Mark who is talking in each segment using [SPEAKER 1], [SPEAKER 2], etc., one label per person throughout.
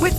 [SPEAKER 1] With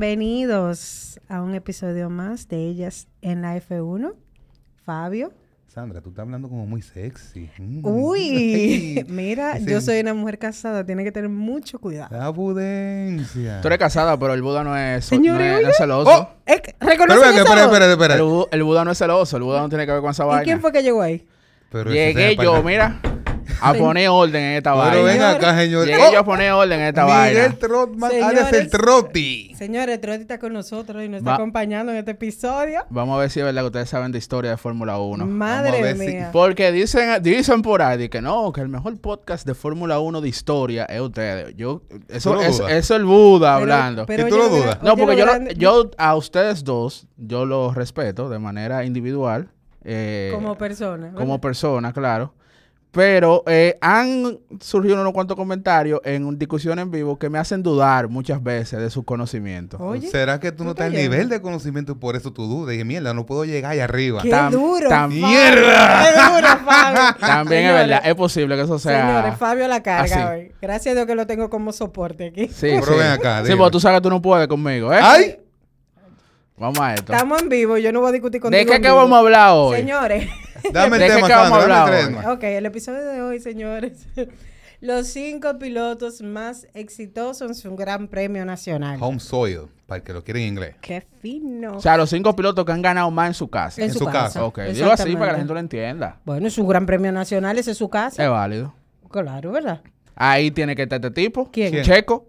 [SPEAKER 2] Bienvenidos a un episodio más de Ellas en la F1. Fabio.
[SPEAKER 3] Sandra, tú estás hablando como muy sexy. Mm.
[SPEAKER 2] Uy,
[SPEAKER 3] Ey,
[SPEAKER 2] mira,
[SPEAKER 3] ese-
[SPEAKER 2] yo soy una mujer casada, tiene que tener mucho cuidado.
[SPEAKER 3] La pudencia.
[SPEAKER 4] Tú eres casada, pero el Buda no es, no
[SPEAKER 2] Señores,
[SPEAKER 4] es, no
[SPEAKER 2] oye.
[SPEAKER 4] es celoso.
[SPEAKER 2] Oh, es que-
[SPEAKER 3] Pero
[SPEAKER 2] ¿reconocen
[SPEAKER 3] espera,
[SPEAKER 2] esa
[SPEAKER 3] espera,
[SPEAKER 2] voz?
[SPEAKER 3] espera,
[SPEAKER 4] El,
[SPEAKER 3] espera.
[SPEAKER 4] Bu- el Buda no es celoso. El Buda no tiene que ver con esa
[SPEAKER 2] ¿Y
[SPEAKER 4] vaina.
[SPEAKER 2] quién fue que llegó ahí?
[SPEAKER 3] Pero eso se
[SPEAKER 4] Llegué yo,
[SPEAKER 3] aparta-
[SPEAKER 4] mira, a poner orden en esta
[SPEAKER 3] Pero ven
[SPEAKER 4] vaina.
[SPEAKER 3] acá, señor. Oh.
[SPEAKER 4] Llegué yo a poner orden en esta vaina.
[SPEAKER 3] Miguel Trotman,
[SPEAKER 2] Señores.
[SPEAKER 3] alias el Trotti.
[SPEAKER 2] Señores, Troti está con nosotros y nos está
[SPEAKER 4] Va-
[SPEAKER 2] acompañando en este episodio.
[SPEAKER 4] Vamos a ver si es verdad que ustedes saben de historia de Fórmula 1.
[SPEAKER 3] Vamos a
[SPEAKER 2] Madre
[SPEAKER 3] ver si-
[SPEAKER 2] mía.
[SPEAKER 4] Porque dicen, dicen por ahí de que no, que el mejor podcast de Fórmula 1 de historia es ustedes. Yo,
[SPEAKER 3] lo
[SPEAKER 4] eso es
[SPEAKER 3] dudas?
[SPEAKER 4] eso el Buda
[SPEAKER 2] Pero-
[SPEAKER 4] hablando.
[SPEAKER 2] pero
[SPEAKER 3] ¿Y tú
[SPEAKER 2] oye
[SPEAKER 3] lo
[SPEAKER 2] gran-
[SPEAKER 3] dudas?
[SPEAKER 2] oye
[SPEAKER 4] No, porque yo, lo-
[SPEAKER 2] gran-
[SPEAKER 4] yo a ustedes dos, yo los respeto de manera individual. eh,
[SPEAKER 2] Como persona.
[SPEAKER 4] como
[SPEAKER 2] ¿verdad?
[SPEAKER 4] persona, claro. Pero eh, han surgido unos cuantos comentarios en discusión en vivo que me hacen dudar muchas veces de sus conocimientos.
[SPEAKER 2] Oye,
[SPEAKER 3] ¿Será que tú no
[SPEAKER 2] ¿tú estás
[SPEAKER 3] estás al
[SPEAKER 2] oyendo?
[SPEAKER 3] nivel de conocimiento y por eso tú dudas? Dije, mierda, no puedo llegar ahí arriba.
[SPEAKER 2] qué
[SPEAKER 4] Tam-
[SPEAKER 2] duro.
[SPEAKER 4] tam-
[SPEAKER 2] Fabio.
[SPEAKER 3] ¡Mierda!
[SPEAKER 2] Qué duro, Fabio.
[SPEAKER 4] También
[SPEAKER 2] Señores,
[SPEAKER 4] es verdad, es posible que eso sea.
[SPEAKER 2] Señores, Fabio la carga
[SPEAKER 4] así.
[SPEAKER 2] hoy. Gracias a Dios que lo tengo como soporte aquí.
[SPEAKER 4] Sí,
[SPEAKER 3] Pero
[SPEAKER 4] sí.
[SPEAKER 3] ven acá,
[SPEAKER 4] Sí,
[SPEAKER 3] dime.
[SPEAKER 4] porque tú sabes que tú no puedes conmigo, ¿eh?
[SPEAKER 3] ¡Ay!
[SPEAKER 4] Vamos a esto.
[SPEAKER 2] Estamos en vivo, yo no voy a discutir contigo.
[SPEAKER 4] ¿De qué,
[SPEAKER 2] en
[SPEAKER 4] que
[SPEAKER 2] vivo.
[SPEAKER 4] vamos a hablar hoy?
[SPEAKER 2] Señores,
[SPEAKER 3] Dame el
[SPEAKER 4] ¿De qué
[SPEAKER 3] tema,
[SPEAKER 4] que vamos a
[SPEAKER 3] Sandra, dame
[SPEAKER 4] hablar
[SPEAKER 3] el tema.
[SPEAKER 2] ok, el episodio de hoy, señores. Los cinco pilotos más exitosos en un gran premio nacional.
[SPEAKER 3] Home soil, para el que lo quiere en inglés.
[SPEAKER 2] Qué fino.
[SPEAKER 4] O sea, los cinco pilotos que han ganado más en su casa.
[SPEAKER 3] en su casa.
[SPEAKER 4] Ok, digo así para que la gente lo entienda. Eh.
[SPEAKER 2] Bueno, es un gran premio nacional, ese es su casa.
[SPEAKER 4] Es válido.
[SPEAKER 2] Claro, ¿verdad?
[SPEAKER 4] Ahí tiene que estar este tipo.
[SPEAKER 2] ¿Quién? ¿Quién?
[SPEAKER 4] Checo.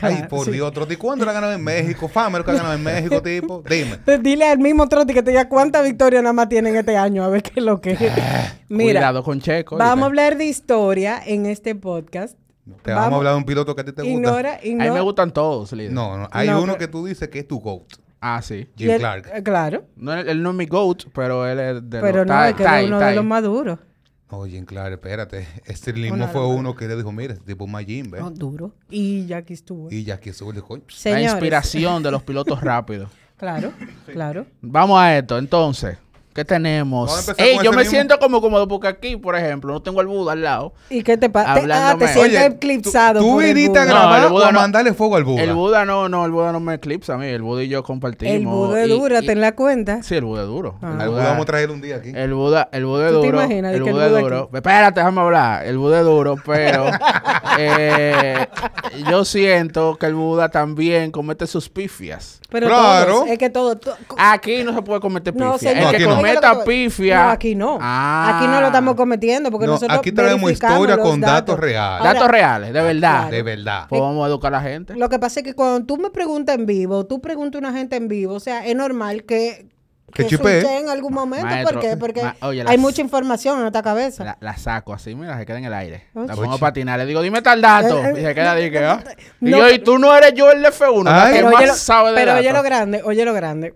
[SPEAKER 3] Ay, por Dios, Trotti, ¿cuándo la ganado en México? Fama, lo que ha ganado en México, tipo. Dime.
[SPEAKER 2] Pues Dile al mismo Trotti que te diga cuántas victorias nada más tienen este año, a ver qué es lo que Mira,
[SPEAKER 4] Eh, Cuidado con Checo.
[SPEAKER 2] vamos a
[SPEAKER 4] ¿viste?
[SPEAKER 2] hablar de historia en este podcast.
[SPEAKER 3] Te vamos a
[SPEAKER 2] Vamos.
[SPEAKER 3] hablar de un piloto que a ti te gusta.
[SPEAKER 2] Ignora,
[SPEAKER 4] A mí
[SPEAKER 2] ignora.
[SPEAKER 4] me gustan todos, líder.
[SPEAKER 3] No, no, hay
[SPEAKER 2] No,
[SPEAKER 3] uno
[SPEAKER 2] pero-
[SPEAKER 3] que tú dices que es tu GOAT.
[SPEAKER 4] Ah, sí.
[SPEAKER 2] Y
[SPEAKER 3] Jim
[SPEAKER 2] el-
[SPEAKER 3] Clark.
[SPEAKER 2] eh, Claro,
[SPEAKER 4] No, él, él no es mi GOAT, pero él es de
[SPEAKER 2] pero
[SPEAKER 4] los...
[SPEAKER 2] no,
[SPEAKER 4] está-
[SPEAKER 2] es que
[SPEAKER 4] está
[SPEAKER 2] es
[SPEAKER 4] ahí,
[SPEAKER 2] uno
[SPEAKER 4] está
[SPEAKER 2] de
[SPEAKER 4] ahí.
[SPEAKER 2] los más duros.
[SPEAKER 3] Oye, claro, espérate. Este mismo
[SPEAKER 2] Una
[SPEAKER 3] fue
[SPEAKER 2] locura.
[SPEAKER 3] uno que le dijo, mira, este tipo es más Jim, ¿ves?
[SPEAKER 2] No, duro. Y Jackie estuvo.
[SPEAKER 3] Y ya que sube el coño.
[SPEAKER 4] La
[SPEAKER 2] Señores,
[SPEAKER 4] inspiración de los pilotos rápidos.
[SPEAKER 2] Claro, claro.
[SPEAKER 4] Vamos a esto, entonces. ¿Qué tenemos?
[SPEAKER 3] Vamos a empezar
[SPEAKER 4] Ey,
[SPEAKER 3] con
[SPEAKER 4] yo
[SPEAKER 3] ese
[SPEAKER 4] me
[SPEAKER 3] mismo-
[SPEAKER 4] siento como cómodo porque aquí, por ejemplo, no tengo al Buda al lado.
[SPEAKER 2] ¿Y qué te pasa? Ah,
[SPEAKER 4] Hablando
[SPEAKER 2] te
[SPEAKER 4] mal.
[SPEAKER 2] sientes
[SPEAKER 3] Oye, tú-
[SPEAKER 2] eclipsado.
[SPEAKER 3] tú
[SPEAKER 2] por el
[SPEAKER 3] viniste a
[SPEAKER 2] Buda.
[SPEAKER 4] No,
[SPEAKER 3] grabar
[SPEAKER 4] el Buda
[SPEAKER 3] o a
[SPEAKER 4] no.
[SPEAKER 3] mandarle fuego al Buda.
[SPEAKER 4] El Buda no, no, el Buda no me eclipsa a mí. El Buda y yo compartimos.
[SPEAKER 2] El Buda
[SPEAKER 4] y-
[SPEAKER 2] dura,
[SPEAKER 4] y-
[SPEAKER 2] ten la cuenta.
[SPEAKER 4] Sí, el Buda es duro.
[SPEAKER 2] Ah.
[SPEAKER 3] Al Buda vamos a traer un día aquí.
[SPEAKER 4] El Buda, el Buda es
[SPEAKER 2] ¿Tú te
[SPEAKER 4] duro.
[SPEAKER 2] imaginas de
[SPEAKER 4] el
[SPEAKER 2] que el
[SPEAKER 4] Buda es
[SPEAKER 2] Buda
[SPEAKER 4] duro. Espérate, déjame hablar. El Buda es duro, pero eh, yo siento que el Buda también comete sus pifias.
[SPEAKER 2] Pero
[SPEAKER 3] Claro. Ah,
[SPEAKER 2] todos, es que todo. to-
[SPEAKER 4] Aquí no se puede cometer pifia.
[SPEAKER 2] no, señor.
[SPEAKER 4] el
[SPEAKER 3] No,
[SPEAKER 4] que
[SPEAKER 3] aquí no.
[SPEAKER 4] cometa pifia.
[SPEAKER 2] No, aquí no.
[SPEAKER 4] Ah.
[SPEAKER 2] Aquí no lo estamos cometiendo porque
[SPEAKER 3] No,
[SPEAKER 2] nosotros.
[SPEAKER 3] aquí traemos
[SPEAKER 2] verificamos
[SPEAKER 3] historia
[SPEAKER 2] los
[SPEAKER 3] con datos reales.
[SPEAKER 2] Ahora, Ah,
[SPEAKER 4] Datos reales, de verdad.
[SPEAKER 3] De verdad.
[SPEAKER 4] Pues vamos a educar a la gente.
[SPEAKER 2] Lo que pasa es que cuando tú me preguntas en vivo, tú preguntas a una gente en vivo, o sea, es normal que.
[SPEAKER 3] Que chipee.
[SPEAKER 2] sucede en algún momento
[SPEAKER 4] Maestro,
[SPEAKER 2] porque, porque
[SPEAKER 4] ma- oye,
[SPEAKER 2] hay
[SPEAKER 4] las-
[SPEAKER 2] mucha información en nuestra cabeza.
[SPEAKER 4] La, la saco así, mira, se queda en el aire.
[SPEAKER 2] Oye.
[SPEAKER 4] La pongo a patinar. Le digo, dime tal dato.
[SPEAKER 2] Eh, eh,
[SPEAKER 4] Y se queda ahí que ah. Y
[SPEAKER 2] no,
[SPEAKER 4] yo, y
[SPEAKER 2] pero-
[SPEAKER 4] tú no eres yo el F1. ¿no?
[SPEAKER 3] Ay.
[SPEAKER 4] que
[SPEAKER 2] pero
[SPEAKER 4] más
[SPEAKER 2] oye lo,
[SPEAKER 4] sabe de
[SPEAKER 2] pero oye
[SPEAKER 4] datos.
[SPEAKER 2] lo grande, oye lo grande.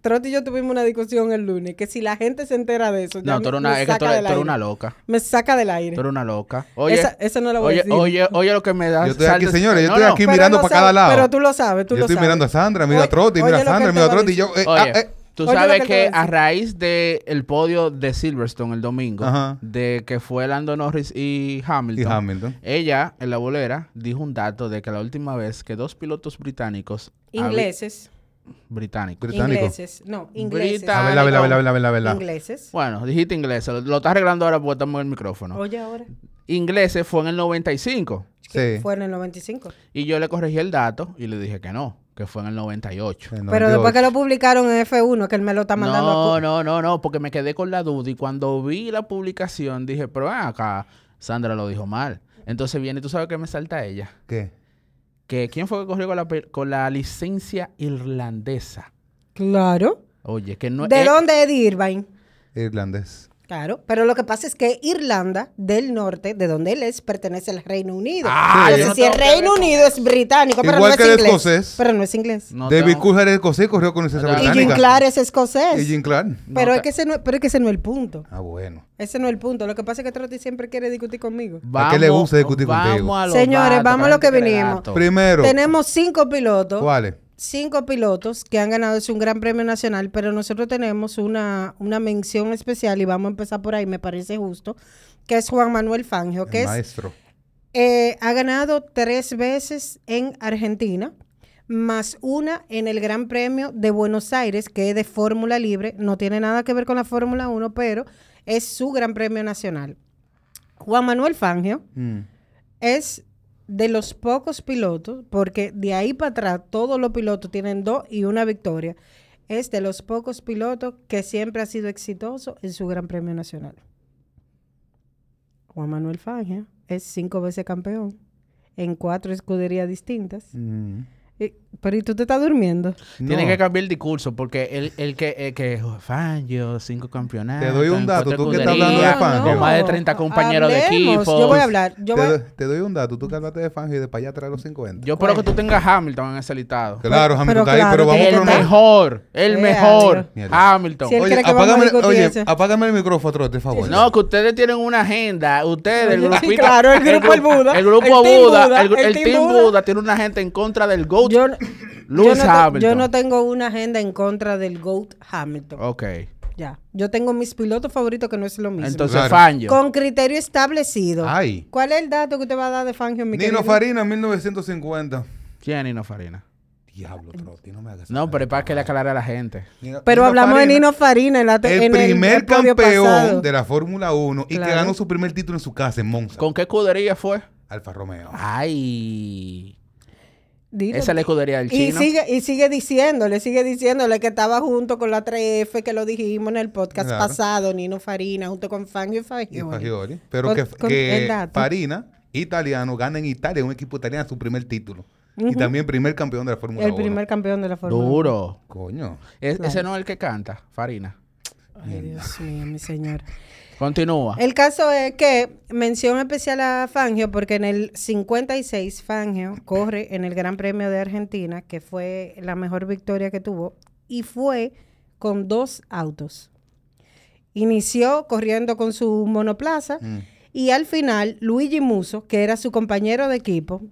[SPEAKER 2] Trot y yo tuvimos una discusión el lunes que si la gente se entera de eso, ya
[SPEAKER 4] No, tú eres
[SPEAKER 2] me-
[SPEAKER 4] una,
[SPEAKER 2] me
[SPEAKER 4] es que tú
[SPEAKER 2] saca
[SPEAKER 4] eres-
[SPEAKER 2] del
[SPEAKER 4] tú eres
[SPEAKER 2] aire.
[SPEAKER 4] una loca.
[SPEAKER 2] Me saca del aire.
[SPEAKER 4] Tú eres una loca. Oye,
[SPEAKER 2] Esa- esa no la voy a
[SPEAKER 4] oye,
[SPEAKER 2] decir.
[SPEAKER 4] Oye, oye lo que me das.
[SPEAKER 3] Yo estoy aquí,
[SPEAKER 4] saltes-
[SPEAKER 3] señores, yo
[SPEAKER 4] No,
[SPEAKER 3] estoy
[SPEAKER 4] no.
[SPEAKER 3] aquí
[SPEAKER 2] Pero
[SPEAKER 3] mirando
[SPEAKER 2] no
[SPEAKER 3] para
[SPEAKER 2] sabe-
[SPEAKER 3] cada lado.
[SPEAKER 2] Pero tú lo sabes, tú
[SPEAKER 3] yo
[SPEAKER 2] lo
[SPEAKER 3] estoy
[SPEAKER 2] sabes.
[SPEAKER 3] mirando a Sandra, mira a
[SPEAKER 2] Oye,
[SPEAKER 3] Trotti,
[SPEAKER 2] oye
[SPEAKER 3] mira a
[SPEAKER 2] lo que él
[SPEAKER 3] Sandra,
[SPEAKER 2] te
[SPEAKER 3] mira a
[SPEAKER 2] va a
[SPEAKER 3] Trotti. Y yo, eh,
[SPEAKER 4] Oye,
[SPEAKER 3] ah, eh,
[SPEAKER 4] Tú
[SPEAKER 2] Oye, lo
[SPEAKER 4] sabes
[SPEAKER 2] que te voy
[SPEAKER 4] que
[SPEAKER 2] a
[SPEAKER 4] a
[SPEAKER 2] decir.
[SPEAKER 4] raíz del podio de Silverstone el domingo,
[SPEAKER 3] Ajá.
[SPEAKER 4] de que fue Lando Norris y Hamilton,
[SPEAKER 3] Y Hamilton.
[SPEAKER 4] ella en la bolera dijo un dato de que la última vez que dos pilotos británicos... habi-
[SPEAKER 2] Ingleses.
[SPEAKER 4] Británicos.
[SPEAKER 3] Británico.
[SPEAKER 2] Ingleses. No, ingleses.
[SPEAKER 4] Brita-
[SPEAKER 3] A ver, a ver, a ver, a ver, a ver, a ver.
[SPEAKER 2] Ingleses.
[SPEAKER 4] Bueno, dijiste inglés. Lo, lo estás arreglando ahora porque estamos en el micrófono.
[SPEAKER 2] Oye, ahora.
[SPEAKER 4] Ingleses fue en el 95.
[SPEAKER 3] Sí.
[SPEAKER 2] Fue en el 95.
[SPEAKER 4] Y yo le corregí el dato y le dije que no, que fue en el 98.
[SPEAKER 2] Pero después que lo publicaron en F1, que él me lo está mandando
[SPEAKER 4] No,
[SPEAKER 2] a cu-
[SPEAKER 4] no, no, no, porque me quedé con la duda y cuando vi la publicación dije, pero ven acá, Sandra lo dijo mal. Entonces viene, tú sabes que me salta ella.
[SPEAKER 3] ¿Qué?
[SPEAKER 4] Que quién fue que corrió con la, pe- con la licencia irlandesa.
[SPEAKER 2] Claro.
[SPEAKER 4] Oye, que no
[SPEAKER 2] ¿De
[SPEAKER 4] eh,
[SPEAKER 2] dónde es de Irvine?
[SPEAKER 3] Irlandés.
[SPEAKER 2] Claro. Pero lo que pasa es que Irlanda del Norte, de donde él es, pertenece al Reino Unido.
[SPEAKER 4] Ah, yo
[SPEAKER 2] Entonces,
[SPEAKER 4] no
[SPEAKER 2] si el
[SPEAKER 4] tengo que ver
[SPEAKER 2] Reino Unido es británico, pero
[SPEAKER 3] Igual
[SPEAKER 2] no es
[SPEAKER 3] que el
[SPEAKER 2] inglés.
[SPEAKER 3] escocés.
[SPEAKER 2] Pero no es inglés.
[SPEAKER 4] no
[SPEAKER 3] David
[SPEAKER 4] tengo-
[SPEAKER 3] Coulthard es escocés, corrió con licencia
[SPEAKER 4] Y Jim
[SPEAKER 2] y
[SPEAKER 3] británica.
[SPEAKER 2] Jim Clark es
[SPEAKER 3] Y
[SPEAKER 2] escocés.
[SPEAKER 3] Jim Clark.
[SPEAKER 2] pero,
[SPEAKER 4] No,
[SPEAKER 2] es que ese no, pero es que ese no es el punto.
[SPEAKER 3] Ah, bueno.
[SPEAKER 2] Ese no es el punto. Lo que pasa es que Trotti siempre quiere discutir conmigo.
[SPEAKER 3] ¿A qué le gusta discutir
[SPEAKER 4] vamos
[SPEAKER 3] contigo?
[SPEAKER 4] a los
[SPEAKER 2] Señores,
[SPEAKER 4] datos,
[SPEAKER 2] vamos a
[SPEAKER 4] la
[SPEAKER 2] lo que
[SPEAKER 4] gente quiere
[SPEAKER 2] vinimos.
[SPEAKER 4] datos.
[SPEAKER 3] Primero,
[SPEAKER 2] Tenemos cinco pilotos.
[SPEAKER 3] ¿cuáles?
[SPEAKER 2] cinco pilotos que han ganado es un gran premio nacional, pero nosotros tenemos una, una mención especial y vamos a empezar por ahí, me parece justo, que es Juan Manuel Fangio, que
[SPEAKER 3] El
[SPEAKER 2] es,
[SPEAKER 3] maestro.
[SPEAKER 2] eh, ha ganado tres veces en Argentina, más una en el Gran Premio de Buenos Aires, que es de Fórmula Libre, no tiene nada que ver con la Fórmula 1, pero es su Gran Premio nacional. Juan Manuel Fangio
[SPEAKER 3] Mm.
[SPEAKER 2] es de los pocos pilotos, porque de ahí para atrás todos los pilotos tienen dos y una victoria. Es de los pocos pilotos que siempre ha sido exitoso en su Gran Premio Nacional. Juan Manuel Fangio es cinco veces campeón en cuatro escuderías distintas.
[SPEAKER 3] Mm.
[SPEAKER 2] Y- Eh, pero ¿y tú te estás durmiendo?
[SPEAKER 4] Tiene
[SPEAKER 3] No.
[SPEAKER 4] que cambiar el discurso porque el, el que, el que oh, Fangio, cinco campeonatos.
[SPEAKER 3] Te doy un
[SPEAKER 4] en
[SPEAKER 3] dato,
[SPEAKER 4] cuatro
[SPEAKER 3] tú que estás hablando de
[SPEAKER 4] escuderías,
[SPEAKER 3] Fangio.
[SPEAKER 4] Con más de 30 compañeros de
[SPEAKER 2] Ah, Hablemos,
[SPEAKER 4] equipo.
[SPEAKER 2] Yo voy a hablar. Yo
[SPEAKER 3] te,
[SPEAKER 2] voy-
[SPEAKER 3] doy- te doy un dato. Tú que hablaste de Fangio y de para allá traer los 50.
[SPEAKER 4] Yo espero que tú tengas Hamilton en ese listado.
[SPEAKER 3] claro, Hamilton
[SPEAKER 2] pero
[SPEAKER 3] está ahí,
[SPEAKER 2] claro,
[SPEAKER 3] pero vamos
[SPEAKER 2] tiene
[SPEAKER 3] con
[SPEAKER 2] que
[SPEAKER 4] El
[SPEAKER 3] una...
[SPEAKER 2] estar.
[SPEAKER 4] mejor, el
[SPEAKER 2] Eh,
[SPEAKER 4] mejor.
[SPEAKER 3] Mierda.
[SPEAKER 4] Hamilton.
[SPEAKER 2] Si él
[SPEAKER 3] Oye,
[SPEAKER 2] cree que vamos a
[SPEAKER 3] apágame,
[SPEAKER 2] discutir
[SPEAKER 3] oye,
[SPEAKER 2] eso.
[SPEAKER 3] apágame el micrófono, Trot, por favor.
[SPEAKER 4] No, que ustedes tienen una agenda. Ustedes, el
[SPEAKER 2] Sí,
[SPEAKER 4] grupo
[SPEAKER 2] claro, el grupo El Buda,
[SPEAKER 4] El grupo
[SPEAKER 2] el Team
[SPEAKER 4] Buda,
[SPEAKER 2] Buda,
[SPEAKER 4] el, gru-
[SPEAKER 2] el
[SPEAKER 4] el
[SPEAKER 2] Team
[SPEAKER 4] Team
[SPEAKER 2] Buda.
[SPEAKER 4] Buda tiene una agenda en contra del GOAT.
[SPEAKER 2] yo no-
[SPEAKER 4] Lewis
[SPEAKER 2] yo no te-
[SPEAKER 4] Hamilton.
[SPEAKER 2] yo no tengo una agenda en contra del GOAT Hamilton.
[SPEAKER 3] Oh.
[SPEAKER 4] Ok.
[SPEAKER 2] Ya. Yo tengo mis pilotos favoritos que no es lo mismo.
[SPEAKER 4] Entonces,
[SPEAKER 3] Claro.
[SPEAKER 4] Fangio.
[SPEAKER 2] Con criterio establecido.
[SPEAKER 3] Ay.
[SPEAKER 2] ¿Cuál es el dato que usted va a dar de Fangio, mi
[SPEAKER 3] Nino
[SPEAKER 2] querido?
[SPEAKER 3] Farina, 1950.
[SPEAKER 4] ¿Quién es Nino Farina?
[SPEAKER 3] Diablo, Trotti, no me hagas
[SPEAKER 4] No, pero es para que le aclare a la gente.
[SPEAKER 3] Nino-
[SPEAKER 2] Pero
[SPEAKER 3] Nino
[SPEAKER 2] hablamos
[SPEAKER 3] Farina,
[SPEAKER 2] de Nino Farina en la te-
[SPEAKER 3] El
[SPEAKER 2] en
[SPEAKER 3] primer
[SPEAKER 2] podio
[SPEAKER 3] campeón
[SPEAKER 2] pasado.
[SPEAKER 3] de la Fórmula 1 y
[SPEAKER 2] Claro.
[SPEAKER 3] que ganó su primer título en su casa, en Monza.
[SPEAKER 4] ¿Con qué escudería fue?
[SPEAKER 3] Alfa Romeo.
[SPEAKER 4] Ay.
[SPEAKER 2] Dilo.
[SPEAKER 4] Esa es la escudería del
[SPEAKER 2] y
[SPEAKER 4] chino.
[SPEAKER 2] sigue, y sigue diciéndole, sigue diciéndole que estaba junto con la 3F, que lo dijimos en el podcast
[SPEAKER 3] Claro.
[SPEAKER 2] pasado, Nino Farina, junto con Fangio y
[SPEAKER 3] y
[SPEAKER 2] Fangio.
[SPEAKER 3] Fagioli. Pero
[SPEAKER 2] Con-
[SPEAKER 3] que,
[SPEAKER 2] con
[SPEAKER 3] que
[SPEAKER 2] el dato.
[SPEAKER 3] Farina, italiano, gana en Italia, un equipo italiano, su primer título. Y también primer campeón de la Fórmula 1.
[SPEAKER 2] El primer campeón de la Fórmula uno.
[SPEAKER 4] Duro.
[SPEAKER 3] Coño.
[SPEAKER 4] Es- Ese no es el que canta, Farina.
[SPEAKER 2] Ay, Dios mío, mi señor.
[SPEAKER 4] Continúa.
[SPEAKER 2] El caso es que mención especial a Fangio porque en el 56 Fangio corre en el Gran Premio de Argentina, que fue la mejor victoria que tuvo, y fue con dos autos. Inició corriendo con su monoplaza
[SPEAKER 4] Mm.
[SPEAKER 2] y al final Luigi Musso, que era su compañero de equipo,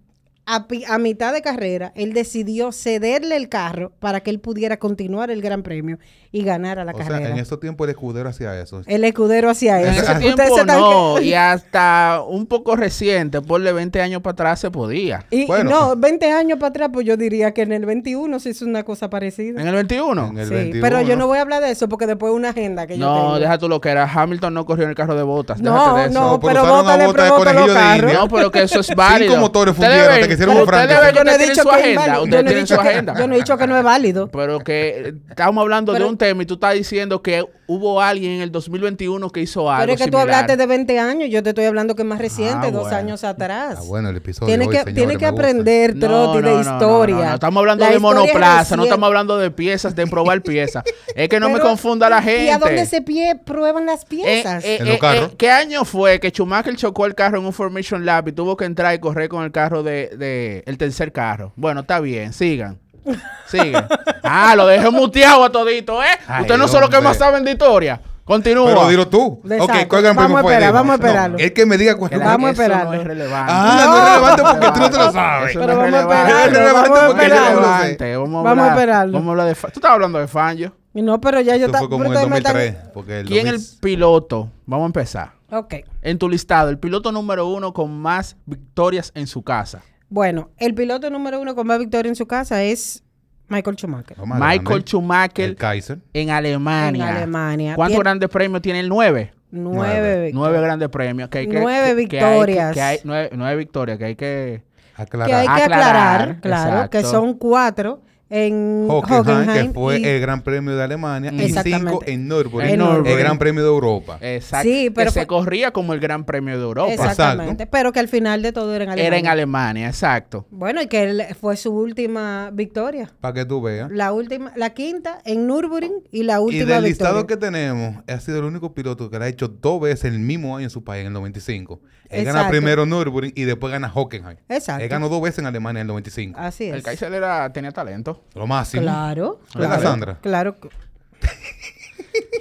[SPEAKER 2] a, pi- a mitad de carrera, él decidió cederle el carro para que él pudiera continuar el Gran Premio y ganar a la
[SPEAKER 3] o
[SPEAKER 2] carrera.
[SPEAKER 3] sea, en estos tiempos el escudero hacía eso.
[SPEAKER 2] El escudero hacia
[SPEAKER 4] En
[SPEAKER 2] eso.
[SPEAKER 4] ese
[SPEAKER 2] Ustedes
[SPEAKER 4] tiempo
[SPEAKER 2] se están
[SPEAKER 4] no,
[SPEAKER 2] que-
[SPEAKER 4] y hasta un poco reciente, ponle 20 años para atrás se podía.
[SPEAKER 2] Y, y
[SPEAKER 3] Bueno. pues.
[SPEAKER 2] no, 20 años para atrás, pues yo diría que en el 21 se hizo una cosa
[SPEAKER 4] ¿En
[SPEAKER 2] parecida.
[SPEAKER 4] el 21?
[SPEAKER 3] En el
[SPEAKER 2] Sí,
[SPEAKER 3] 21,
[SPEAKER 2] pero yo no voy a hablar de eso porque después es una agenda que yo
[SPEAKER 4] no,
[SPEAKER 2] tengo.
[SPEAKER 4] deja tú lo que era. Hamilton no corrió en el carro de botas.
[SPEAKER 2] no,
[SPEAKER 4] déjate de eso.
[SPEAKER 2] no,
[SPEAKER 3] No, pero
[SPEAKER 2] pero
[SPEAKER 3] usaron una
[SPEAKER 2] bótale,
[SPEAKER 3] bota de
[SPEAKER 2] pero bótale los
[SPEAKER 3] conejillo de
[SPEAKER 2] carros.
[SPEAKER 3] India.
[SPEAKER 4] No, pero que eso es válido.
[SPEAKER 3] Cinco motores
[SPEAKER 4] Ustedes
[SPEAKER 3] fundieron hasta
[SPEAKER 4] ven-
[SPEAKER 3] que hicieron un
[SPEAKER 4] ustedes
[SPEAKER 3] franco.
[SPEAKER 4] ven que
[SPEAKER 2] Yo no he
[SPEAKER 4] tienen
[SPEAKER 2] dicho
[SPEAKER 4] su
[SPEAKER 2] que es
[SPEAKER 4] agenda,
[SPEAKER 2] válido, yo
[SPEAKER 4] ustedes
[SPEAKER 2] no he
[SPEAKER 4] tienen su
[SPEAKER 2] dicho que-
[SPEAKER 4] agenda.
[SPEAKER 2] yo no he dicho que no es válido.
[SPEAKER 4] Pero que eh, estamos hablando
[SPEAKER 2] Pero-
[SPEAKER 4] de un tema y tú estás diciendo que hubo alguien en el 2021 que hizo algo
[SPEAKER 2] Pero es que tú
[SPEAKER 4] similar.
[SPEAKER 2] hablaste de 20 años, yo te estoy hablando que es más reciente,
[SPEAKER 4] Ah,
[SPEAKER 2] dos
[SPEAKER 4] bueno.
[SPEAKER 2] años atrás.
[SPEAKER 3] Ah, bueno, el episodio
[SPEAKER 2] Tienes
[SPEAKER 3] de hoy,
[SPEAKER 2] que,
[SPEAKER 3] señores,
[SPEAKER 2] tienes que
[SPEAKER 3] me gusta.
[SPEAKER 2] aprender, Trotti, de historia.
[SPEAKER 4] no, no, estamos hablando
[SPEAKER 2] La
[SPEAKER 4] de
[SPEAKER 2] historia
[SPEAKER 4] monoplaza, no
[SPEAKER 2] reciente.
[SPEAKER 4] estamos hablando de piezas, de probar piezas. es que no me
[SPEAKER 2] Pero,
[SPEAKER 4] confunda la gente.
[SPEAKER 2] ¿Y a dónde se pie prueban las
[SPEAKER 4] Eh,
[SPEAKER 2] piezas?
[SPEAKER 4] eh,
[SPEAKER 3] En los
[SPEAKER 4] eh,
[SPEAKER 3] carros.
[SPEAKER 4] eh, ¿Qué año fue que Schumacher chocó el carro en un Formation Lab y tuvo que entrar y correr con el carro de, de- el tercer carro? Bueno, está bien, sigan. Sigan. ah, lo dejé muteado a todito, ¿eh?
[SPEAKER 3] Ay,
[SPEAKER 4] Ustedes no son los que
[SPEAKER 3] hombre.
[SPEAKER 4] más saben de historia. Continúa.
[SPEAKER 3] Pero dilo tú.
[SPEAKER 2] Exacto.
[SPEAKER 3] Ok, ¿cuál gran
[SPEAKER 2] Vamos
[SPEAKER 3] premio
[SPEAKER 2] a
[SPEAKER 3] fue?
[SPEAKER 2] esperar,
[SPEAKER 3] Dime.
[SPEAKER 2] vamos a
[SPEAKER 3] No,
[SPEAKER 2] esperarlo.
[SPEAKER 3] el que me diga cuál
[SPEAKER 4] Que la-
[SPEAKER 2] Pues Vamos a
[SPEAKER 4] eso
[SPEAKER 2] esperarlo.
[SPEAKER 4] No es relevante.
[SPEAKER 3] Ah, no, es relevante porque tú no te lo sabes. Ah,
[SPEAKER 4] Eso
[SPEAKER 2] Pero
[SPEAKER 4] no es
[SPEAKER 2] vamos a
[SPEAKER 4] relevante.
[SPEAKER 2] esperarlo,
[SPEAKER 4] Eso no es
[SPEAKER 2] vamos a
[SPEAKER 4] relevante.
[SPEAKER 3] esperarlo.
[SPEAKER 4] Vamos a
[SPEAKER 2] Vamos a
[SPEAKER 4] hablar-
[SPEAKER 2] esperarlo.
[SPEAKER 4] Vamos a hablar de. fa- Tú estabas hablando de Fangio.
[SPEAKER 2] No, pero ya yo
[SPEAKER 3] Eso
[SPEAKER 2] estaba.
[SPEAKER 3] fue como en el 2003. Porque el
[SPEAKER 4] ¿Quién
[SPEAKER 3] 2000
[SPEAKER 4] el piloto? Vamos a empezar.
[SPEAKER 2] Ok.
[SPEAKER 4] En tu listado, el piloto número uno con más victorias en su casa.
[SPEAKER 2] Bueno, el piloto número uno con más victoria en su casa es Michael Schumacher.
[SPEAKER 3] Lo más
[SPEAKER 4] Michael
[SPEAKER 3] grande,
[SPEAKER 4] Schumacher
[SPEAKER 3] El Kaiser.
[SPEAKER 4] en Alemania.
[SPEAKER 2] En Alemania.
[SPEAKER 4] ¿Cuántos
[SPEAKER 2] Tiene-
[SPEAKER 4] grandes premios tiene el nueve?
[SPEAKER 2] Nueve victorias.
[SPEAKER 4] Nueve grandes premios. Que hay que-
[SPEAKER 2] Nueve
[SPEAKER 4] que- que hay que-
[SPEAKER 2] victorias.
[SPEAKER 4] que hay- nueve, nueve victorias que hay que...
[SPEAKER 2] Que hay
[SPEAKER 3] Aclarar.
[SPEAKER 2] que
[SPEAKER 4] Aclarar,
[SPEAKER 2] aclarar, claro,
[SPEAKER 4] exacto.
[SPEAKER 2] que son cuatro en
[SPEAKER 3] Hockenheim,
[SPEAKER 2] Hockenheim.
[SPEAKER 3] que fue
[SPEAKER 2] y-
[SPEAKER 3] el Gran Premio de Alemania, y
[SPEAKER 2] Exactamente.
[SPEAKER 3] cinco en Nürburgring,
[SPEAKER 4] En Nürburgring.
[SPEAKER 3] el Gran Premio de Europa.
[SPEAKER 4] Exacto.
[SPEAKER 2] Sí, pero
[SPEAKER 4] eh, que
[SPEAKER 2] fue-
[SPEAKER 4] se corría como el Gran Premio de Europa.
[SPEAKER 2] Exactamente, pero que al final de todo era en Alemania.
[SPEAKER 4] Era en Alemania, exacto.
[SPEAKER 2] Bueno, y que él fue su última victoria.
[SPEAKER 3] Para que tú veas.
[SPEAKER 2] La última, la quinta en Nürburgring y la
[SPEAKER 3] Y
[SPEAKER 2] última
[SPEAKER 3] del
[SPEAKER 2] victoria.
[SPEAKER 3] listado que tenemos, ha sido el único piloto que lo ha hecho dos veces el mismo año en su país, en el 95. Él gana
[SPEAKER 2] Exacto.
[SPEAKER 3] primero Nürburgring y después gana Hockenheim.
[SPEAKER 2] Exacto.
[SPEAKER 3] Él ganó dos veces en Alemania en el 95.
[SPEAKER 2] Así es.
[SPEAKER 4] El Kaiser era, tenía talento.
[SPEAKER 3] Lo máximo.
[SPEAKER 2] Claro,
[SPEAKER 3] ¿Verdad,
[SPEAKER 2] claro.
[SPEAKER 3] Sandra?
[SPEAKER 2] Claro.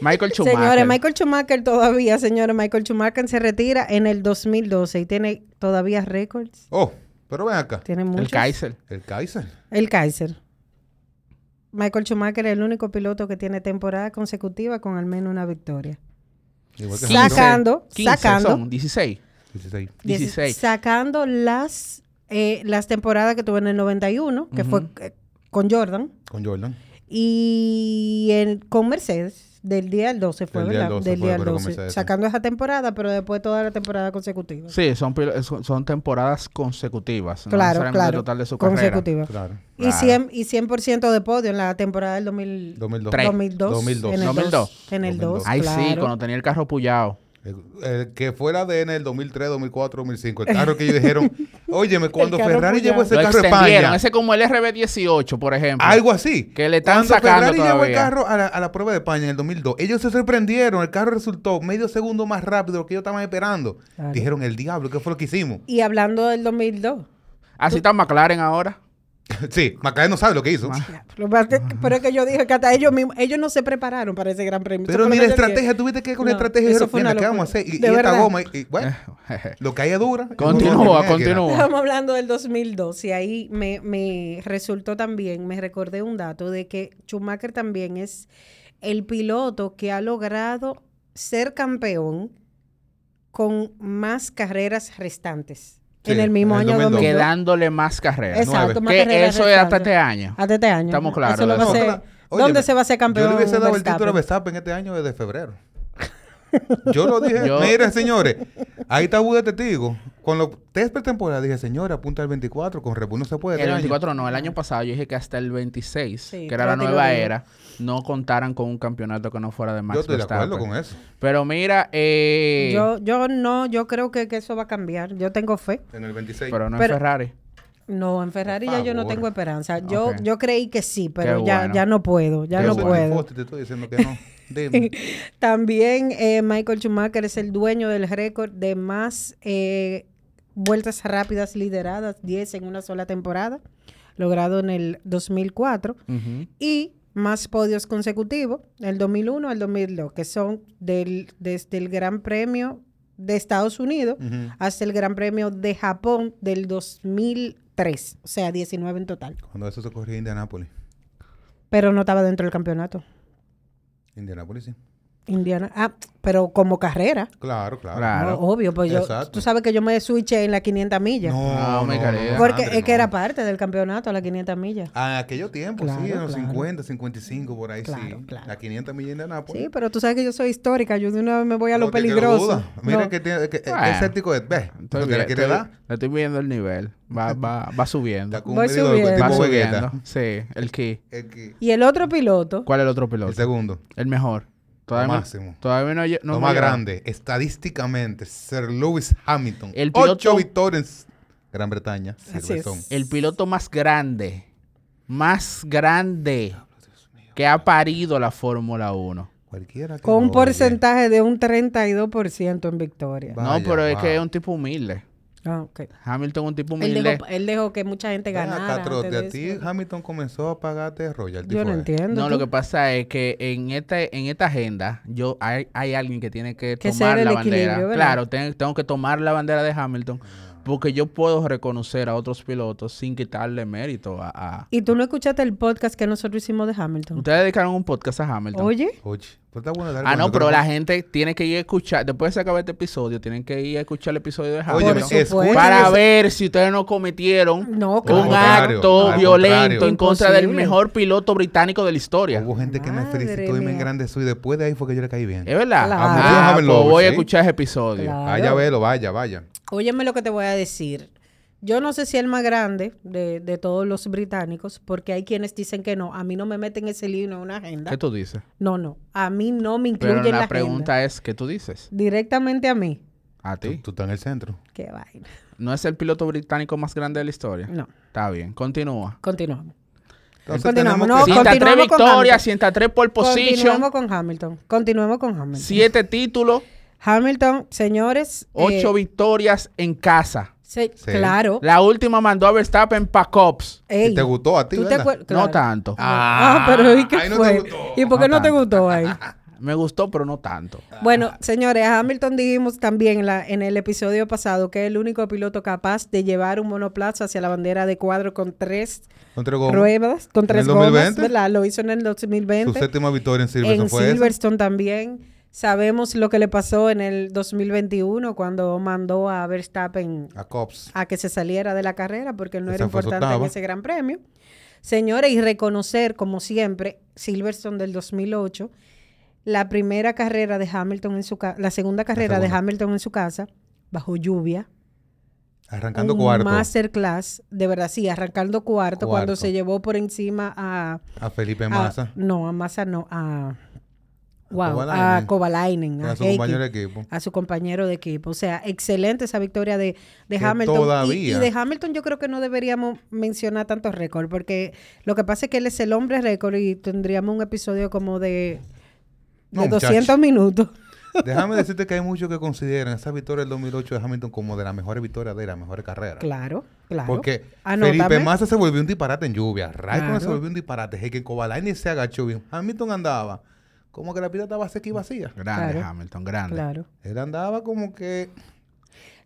[SPEAKER 4] Michael Schumacher.
[SPEAKER 2] Señores, Michael Schumacher todavía, señores, Michael Schumacher se retira en el 2012 y tiene todavía récords.
[SPEAKER 3] Oh, pero ven acá.
[SPEAKER 2] Tiene
[SPEAKER 4] El
[SPEAKER 2] muchos.
[SPEAKER 4] Kaiser.
[SPEAKER 3] El Kaiser.
[SPEAKER 2] El Kaiser. Michael Schumacher es el único piloto que tiene temporada consecutiva con al menos una victoria.
[SPEAKER 3] Igual que
[SPEAKER 4] Quince.
[SPEAKER 3] Hamilton.
[SPEAKER 2] Sacando,
[SPEAKER 4] Quince
[SPEAKER 2] sacando.
[SPEAKER 4] son, 16.
[SPEAKER 3] 16.
[SPEAKER 2] Dieci-
[SPEAKER 4] 16.
[SPEAKER 2] Sacando las, eh, las temporadas que tuvo en el 91, que fue eh, con Jordan,
[SPEAKER 3] Con Jordan.
[SPEAKER 2] y el- con Mercedes, del día al 12 fue,
[SPEAKER 3] Del día al
[SPEAKER 2] ¿verdad?
[SPEAKER 3] 12
[SPEAKER 2] Del
[SPEAKER 3] fue,
[SPEAKER 2] día al
[SPEAKER 3] pero con
[SPEAKER 2] 12.
[SPEAKER 3] Mercedes, sí.
[SPEAKER 2] Sacando esa temporada, pero después toda la temporada consecutiva.
[SPEAKER 4] Sí, son, pil- son, son temporadas consecutivas. no
[SPEAKER 2] claro,
[SPEAKER 4] necesariamente
[SPEAKER 2] claro.
[SPEAKER 4] el total de su
[SPEAKER 2] consecutiva.
[SPEAKER 3] Claro.
[SPEAKER 2] Y 100%, y 100 de podio en la temporada del 2000,
[SPEAKER 3] 2002.
[SPEAKER 4] Tres.
[SPEAKER 2] 2002.
[SPEAKER 3] 2002.
[SPEAKER 2] En el
[SPEAKER 4] 2002.
[SPEAKER 2] 2. En el 2.
[SPEAKER 4] carrera. Ahí sí,
[SPEAKER 2] claro.
[SPEAKER 4] cuando tenía el carro pullado.
[SPEAKER 3] El, el que fue la ADN del 2003, 2004, 2005. El carro que ellos dijeron, óyeme, cuando
[SPEAKER 2] carro
[SPEAKER 3] Ferrari
[SPEAKER 2] pullado.
[SPEAKER 3] llevó ese
[SPEAKER 4] Lo
[SPEAKER 3] carro a
[SPEAKER 4] extendieron.
[SPEAKER 3] España,
[SPEAKER 4] Ese como el RB18, por ejemplo.
[SPEAKER 3] algo así.
[SPEAKER 4] Que le están
[SPEAKER 3] cuando
[SPEAKER 4] sacando
[SPEAKER 3] Ferrari llevó el
[SPEAKER 4] todavía.
[SPEAKER 3] carro a la, a la prueba de España en el 2002, ellos se sorprendieron. El carro resultó medio segundo más rápido de lo que ellos estaban esperando. Dijeron, el diablo, ¿qué fue lo que hicimos?
[SPEAKER 2] Y hablando del 2002.
[SPEAKER 4] Así está McLaren ahora.
[SPEAKER 3] sí, Macaé no sabe lo que hizo.
[SPEAKER 2] Lo más que- Pero es que yo dije que hasta ellos mismos, ellos no se prepararon para ese gran premio.
[SPEAKER 3] Pero
[SPEAKER 2] Eso fue lo
[SPEAKER 3] ni la
[SPEAKER 2] que yo
[SPEAKER 3] estrategia,
[SPEAKER 2] dije.
[SPEAKER 3] tuviste que con la
[SPEAKER 2] No,
[SPEAKER 3] estrategia
[SPEAKER 2] eso
[SPEAKER 3] dijeron,
[SPEAKER 2] fue
[SPEAKER 3] mira,
[SPEAKER 2] una
[SPEAKER 3] ¿qué vamos a
[SPEAKER 2] locura.
[SPEAKER 3] hacer? Y,
[SPEAKER 2] De
[SPEAKER 3] y esta
[SPEAKER 2] verdad.
[SPEAKER 3] goma, y, y, bueno, lo que haya dura.
[SPEAKER 4] Eh. Continúa, continúa.
[SPEAKER 2] Estábamos hablando del 2002 y ahí me, me resultó también, me recordé un dato de que Schumacher también es el piloto que ha logrado ser campeón con más carreras restantes
[SPEAKER 3] Sí,
[SPEAKER 2] en el mismo
[SPEAKER 3] en el
[SPEAKER 2] año
[SPEAKER 3] 2002.
[SPEAKER 2] 2002.
[SPEAKER 4] Quedándole más carreras.
[SPEAKER 2] Exacto,
[SPEAKER 3] nueve.
[SPEAKER 2] más
[SPEAKER 4] Que
[SPEAKER 2] carreras
[SPEAKER 4] eso es hasta
[SPEAKER 2] restantes.
[SPEAKER 4] este año.
[SPEAKER 2] Hasta este año.
[SPEAKER 4] Estamos claros
[SPEAKER 2] Eso lo
[SPEAKER 4] de
[SPEAKER 2] va a
[SPEAKER 4] eso.
[SPEAKER 2] ser- ¿Dónde se va a ser campeón?
[SPEAKER 3] Yo le hubiese dado el título a
[SPEAKER 2] Verstappen?
[SPEAKER 3] Verstappen este año desde febrero. Yo lo dije, miren señores, ahí está Wu de testigo. Con los test pretemporada dije, señora, apunta al 24, con Red Bull no se puede.
[SPEAKER 4] El
[SPEAKER 3] este año".
[SPEAKER 4] 24 no, el año pasado yo dije que hasta el 26,
[SPEAKER 2] Sí,
[SPEAKER 4] que era la
[SPEAKER 2] ya te lo
[SPEAKER 4] nueva
[SPEAKER 2] digo.
[SPEAKER 4] era, no contaran con un campeonato que no fuera de Max
[SPEAKER 3] Yo estoy de acuerdo
[SPEAKER 4] Verstappen.
[SPEAKER 3] con eso.
[SPEAKER 4] Pero mira, eh,
[SPEAKER 2] Yo, yo no, yo creo que, que eso va a cambiar. Yo tengo fe.
[SPEAKER 3] En el 26.
[SPEAKER 4] pero no
[SPEAKER 2] pero-
[SPEAKER 4] en Ferrari.
[SPEAKER 2] No, en Ferrari ya yo no
[SPEAKER 3] favor.
[SPEAKER 2] tengo esperanza. Yo,
[SPEAKER 4] Ok.
[SPEAKER 2] yo creí que sí, pero
[SPEAKER 4] Qué
[SPEAKER 2] ya,
[SPEAKER 4] bueno.
[SPEAKER 2] ya no puedo, ya
[SPEAKER 3] Yo
[SPEAKER 2] no
[SPEAKER 3] soy
[SPEAKER 2] puedo.
[SPEAKER 3] Foster, te estoy diciendo que no. Dime.
[SPEAKER 2] También eh, Michael Schumacher es el dueño del récord de más eh, vueltas rápidas lideradas, 10 en una sola temporada, logrado en el 2004, y más podios consecutivos, del 2001 al 2002, que son del, desde el Gran Premio de Estados Unidos hasta el Gran Premio de Japón del 2003, o sea, 19 en total.
[SPEAKER 3] Cuando eso se corría en Indianápolis.
[SPEAKER 2] Pero no estaba dentro del campeonato.
[SPEAKER 3] Indianápolis, sí.
[SPEAKER 2] Indiana, ah, pero como carrera.
[SPEAKER 3] Claro, claro.
[SPEAKER 4] Claro.
[SPEAKER 2] No, obvio, pues yo,
[SPEAKER 3] Exacto.
[SPEAKER 2] tú sabes que yo me switché en la 500 millas.
[SPEAKER 4] No, me cargué.
[SPEAKER 2] porque
[SPEAKER 3] Andre,
[SPEAKER 2] es que
[SPEAKER 3] no.
[SPEAKER 2] era parte del campeonato la 500 millas.
[SPEAKER 3] Ah, aquello tiempo,
[SPEAKER 2] Claro,
[SPEAKER 3] sí, en los
[SPEAKER 2] claro.
[SPEAKER 3] 50, 55, por ahí sí.
[SPEAKER 2] Claro, claro.
[SPEAKER 3] La 500 millas de Nápoles.
[SPEAKER 2] Sí, pero tú sabes que yo soy histórica, yo de una vez me voy a lo
[SPEAKER 3] Pues. No te quiero
[SPEAKER 2] peligroso.
[SPEAKER 3] duda. Mira
[SPEAKER 2] No.
[SPEAKER 3] que tiene que,
[SPEAKER 4] Bueno.
[SPEAKER 3] es escéptico es, ve, no
[SPEAKER 2] oh.
[SPEAKER 4] Estoy
[SPEAKER 3] te
[SPEAKER 4] bien,
[SPEAKER 3] la quiere
[SPEAKER 4] estoy-
[SPEAKER 3] dar.
[SPEAKER 4] le estoy viendo el nivel. Va, va, va subiendo.
[SPEAKER 3] Está con
[SPEAKER 2] Voy
[SPEAKER 3] un medidor
[SPEAKER 2] subiendo.
[SPEAKER 3] tipo
[SPEAKER 4] Va
[SPEAKER 3] Vegeta.
[SPEAKER 4] subiendo. Sí, el key.
[SPEAKER 3] El, que-
[SPEAKER 2] Y el otro piloto,
[SPEAKER 4] ¿Cuál es el otro
[SPEAKER 3] el
[SPEAKER 4] piloto?
[SPEAKER 3] segundo,
[SPEAKER 4] El mejor. Todavía no-
[SPEAKER 3] máximo.
[SPEAKER 4] Todavía no, lle- no
[SPEAKER 3] lo
[SPEAKER 4] hemos
[SPEAKER 3] más
[SPEAKER 4] llegado.
[SPEAKER 3] grande, estadísticamente, Sir Lewis Hamilton.
[SPEAKER 4] El piloto-
[SPEAKER 3] Ocho victorias en Gran Bretaña.
[SPEAKER 2] Así es.
[SPEAKER 3] Silverstone.
[SPEAKER 4] El piloto más grande, más grande que ha parido la Fórmula 1.
[SPEAKER 3] Cualquiera que
[SPEAKER 2] con un
[SPEAKER 3] lo
[SPEAKER 2] porcentaje de un 32% en victoria.
[SPEAKER 3] Va-
[SPEAKER 4] No,
[SPEAKER 3] Vaya,
[SPEAKER 4] pero es
[SPEAKER 3] wow.
[SPEAKER 4] que es un tipo humilde.
[SPEAKER 2] Ah, ok.
[SPEAKER 4] Hamilton es un tipo
[SPEAKER 2] Él
[SPEAKER 4] humilde.
[SPEAKER 2] dejó, él dejó que mucha gente
[SPEAKER 3] oye. Ven acá,
[SPEAKER 2] ganara.
[SPEAKER 3] trote,
[SPEAKER 2] antes de
[SPEAKER 3] a ti
[SPEAKER 2] eso.
[SPEAKER 3] Hamilton comenzó a pagarte royalty.
[SPEAKER 2] yo no
[SPEAKER 3] fue.
[SPEAKER 2] entiendo.
[SPEAKER 4] No, lo
[SPEAKER 2] tú.
[SPEAKER 4] que pasa es que en este, en esta agenda, yo hay, hay alguien que tiene que,
[SPEAKER 2] Que
[SPEAKER 4] tomar
[SPEAKER 2] ser el
[SPEAKER 4] la bandera.
[SPEAKER 2] equilibrio, ¿verdad?
[SPEAKER 4] Claro, te- tengo que tomar la bandera de Hamilton.
[SPEAKER 3] Ah.
[SPEAKER 4] Porque yo puedo reconocer a otros pilotos sin quitarle mérito a... a-
[SPEAKER 2] Y tú no escuchaste el podcast que nosotros hicimos de Hamilton.
[SPEAKER 4] Ustedes dedicaron un podcast a Hamilton.
[SPEAKER 2] Oye,
[SPEAKER 3] Oye, pero está bueno dar
[SPEAKER 4] Ah,
[SPEAKER 3] cuenta,
[SPEAKER 4] no, pero
[SPEAKER 3] creo
[SPEAKER 4] la
[SPEAKER 3] que-
[SPEAKER 4] gente tiene que ir a escuchar, después de acabar este episodio, tienen que ir a escuchar el episodio de
[SPEAKER 3] Oye, eh,
[SPEAKER 4] Hamilton.
[SPEAKER 2] Por supuesto.
[SPEAKER 3] escuchen
[SPEAKER 4] para
[SPEAKER 3] ese-
[SPEAKER 4] ver si ustedes no cometieron
[SPEAKER 2] no,
[SPEAKER 3] Al
[SPEAKER 4] un
[SPEAKER 2] claro.
[SPEAKER 3] contrario,
[SPEAKER 4] acto
[SPEAKER 3] al
[SPEAKER 4] violento
[SPEAKER 3] contrario.
[SPEAKER 4] en contra del
[SPEAKER 2] Imposible.
[SPEAKER 4] mejor piloto británico de la historia.
[SPEAKER 3] Hubo gente que me
[SPEAKER 2] Madre
[SPEAKER 3] felicitó y
[SPEAKER 2] mía.
[SPEAKER 3] me engrandeció y después de ahí fue que yo le caí bien.
[SPEAKER 4] ¿Es verdad?
[SPEAKER 2] Claro.
[SPEAKER 4] Ah,
[SPEAKER 3] Vamos a verlo,
[SPEAKER 4] pues voy a
[SPEAKER 3] sí.
[SPEAKER 4] escuchar ese episodio.
[SPEAKER 2] Claro.
[SPEAKER 3] Vaya, velo, vaya, vaya.
[SPEAKER 2] Óyeme lo que te voy a decir. Yo no sé si el más grande de, de todos los británicos, porque hay quienes dicen que no. A mí no me meten ese libro en una agenda.
[SPEAKER 4] ¿Qué tú dices?
[SPEAKER 2] No, no. A mí no me incluyen
[SPEAKER 4] Pero
[SPEAKER 2] en la
[SPEAKER 4] la pregunta
[SPEAKER 2] agenda.
[SPEAKER 4] es, ¿qué tú dices?
[SPEAKER 2] Directamente a mí.
[SPEAKER 4] A
[SPEAKER 3] Tú,
[SPEAKER 4] ti.
[SPEAKER 3] tú estás en el centro.
[SPEAKER 2] Qué vaina.
[SPEAKER 4] ¿No es el piloto británico más grande de la historia?
[SPEAKER 2] No.
[SPEAKER 4] Está bien, continúa.
[SPEAKER 2] Continuamos.
[SPEAKER 3] Entonces
[SPEAKER 2] Continuamos,
[SPEAKER 3] tenemos que-
[SPEAKER 2] no,
[SPEAKER 4] 103
[SPEAKER 2] continuamos con
[SPEAKER 4] victorias,
[SPEAKER 2] Hamilton.
[SPEAKER 4] 103 pole position,
[SPEAKER 2] Continuemos con Hamilton. Continuemos con Hamilton.
[SPEAKER 4] 7 títulos,
[SPEAKER 2] Hamilton, señores.
[SPEAKER 4] 8
[SPEAKER 2] eh,
[SPEAKER 4] victorias en casa.
[SPEAKER 2] se-
[SPEAKER 3] Sí.
[SPEAKER 2] Claro.
[SPEAKER 4] La última mandó a Verstappen para Cops.
[SPEAKER 2] Ey,
[SPEAKER 3] ¿Y te gustó a ti,
[SPEAKER 2] ¿tú te
[SPEAKER 3] verdad?
[SPEAKER 2] acuer-
[SPEAKER 4] No
[SPEAKER 2] claro.
[SPEAKER 4] tanto.
[SPEAKER 2] Ah, pero ¿y qué
[SPEAKER 3] ahí no te
[SPEAKER 2] fue?
[SPEAKER 3] gustó.
[SPEAKER 2] ¿Y por qué
[SPEAKER 4] No
[SPEAKER 2] no, te
[SPEAKER 4] tanto.
[SPEAKER 2] gustó ahí?
[SPEAKER 4] Me gustó, pero no tanto.
[SPEAKER 2] Bueno, señores, a Hamilton dijimos también en, la- en el episodio pasado que es el único piloto capaz de llevar un monoplaza hacia la bandera de cuadro con tres
[SPEAKER 3] No entregó
[SPEAKER 2] ruedas, con
[SPEAKER 3] ¿En
[SPEAKER 2] tres
[SPEAKER 3] el
[SPEAKER 2] gomas,
[SPEAKER 3] 2020?
[SPEAKER 2] ¿verdad? Lo hizo en el
[SPEAKER 3] su
[SPEAKER 2] 2020.
[SPEAKER 3] séptima victoria en Silverstone.
[SPEAKER 2] en
[SPEAKER 3] ¿fue esa?
[SPEAKER 2] Silverstone también. Sabemos lo que le pasó en el 2021 cuando mandó a Verstappen
[SPEAKER 3] A Cops.
[SPEAKER 2] a que se saliera de la carrera porque él no
[SPEAKER 3] Esa
[SPEAKER 2] era
[SPEAKER 3] fue su
[SPEAKER 2] importante en
[SPEAKER 3] octava.
[SPEAKER 2] ese gran premio. Señores, y reconocer, como siempre, Silverstone del 2008, la primera carrera de Hamilton en su casa, la segunda carrera de
[SPEAKER 3] segunda.
[SPEAKER 2] Hamilton en su casa, bajo lluvia,
[SPEAKER 3] Arrancando
[SPEAKER 2] un
[SPEAKER 3] cuarto.
[SPEAKER 2] masterclass, de verdad, sí, arrancando cuarto, cuando
[SPEAKER 3] Cuarto.
[SPEAKER 2] se llevó por encima a...
[SPEAKER 3] A Felipe
[SPEAKER 2] a-
[SPEAKER 3] Massa.
[SPEAKER 2] Ah, no, a Massa no, a... Wow, a Kovalainen,
[SPEAKER 3] Kovalainen.
[SPEAKER 2] a,
[SPEAKER 3] A su
[SPEAKER 2] Häkkinen
[SPEAKER 3] compañero de equipo.
[SPEAKER 2] a su compañero de equipo. O sea, excelente esa victoria de, de
[SPEAKER 3] Que
[SPEAKER 2] Hamilton. Y- Y,
[SPEAKER 3] todavía-
[SPEAKER 2] de Hamilton yo creo que no deberíamos mencionar tantos récords, porque lo que pasa es que él es el hombre récord y tendríamos un episodio como de, de
[SPEAKER 3] No,
[SPEAKER 2] 200
[SPEAKER 3] muchacho.
[SPEAKER 2] minutos.
[SPEAKER 3] Déjame decirte que hay muchos que consideran esa victoria del 2008 de Hamilton como de las mejores victorias de la mejor carrera.
[SPEAKER 2] Claro, claro.
[SPEAKER 3] Porque
[SPEAKER 2] Anótame.
[SPEAKER 3] Felipe Massa se volvió un disparate en lluvia. Raikkonen se
[SPEAKER 2] Claro.
[SPEAKER 3] volvió un disparate. Heike Kovalainen se agachó bien. Hamilton andaba como que la pista estaba seca y vacía.
[SPEAKER 4] Grande,
[SPEAKER 2] Claro.
[SPEAKER 4] Hamilton, grande.
[SPEAKER 2] Claro.
[SPEAKER 3] Él andaba como que...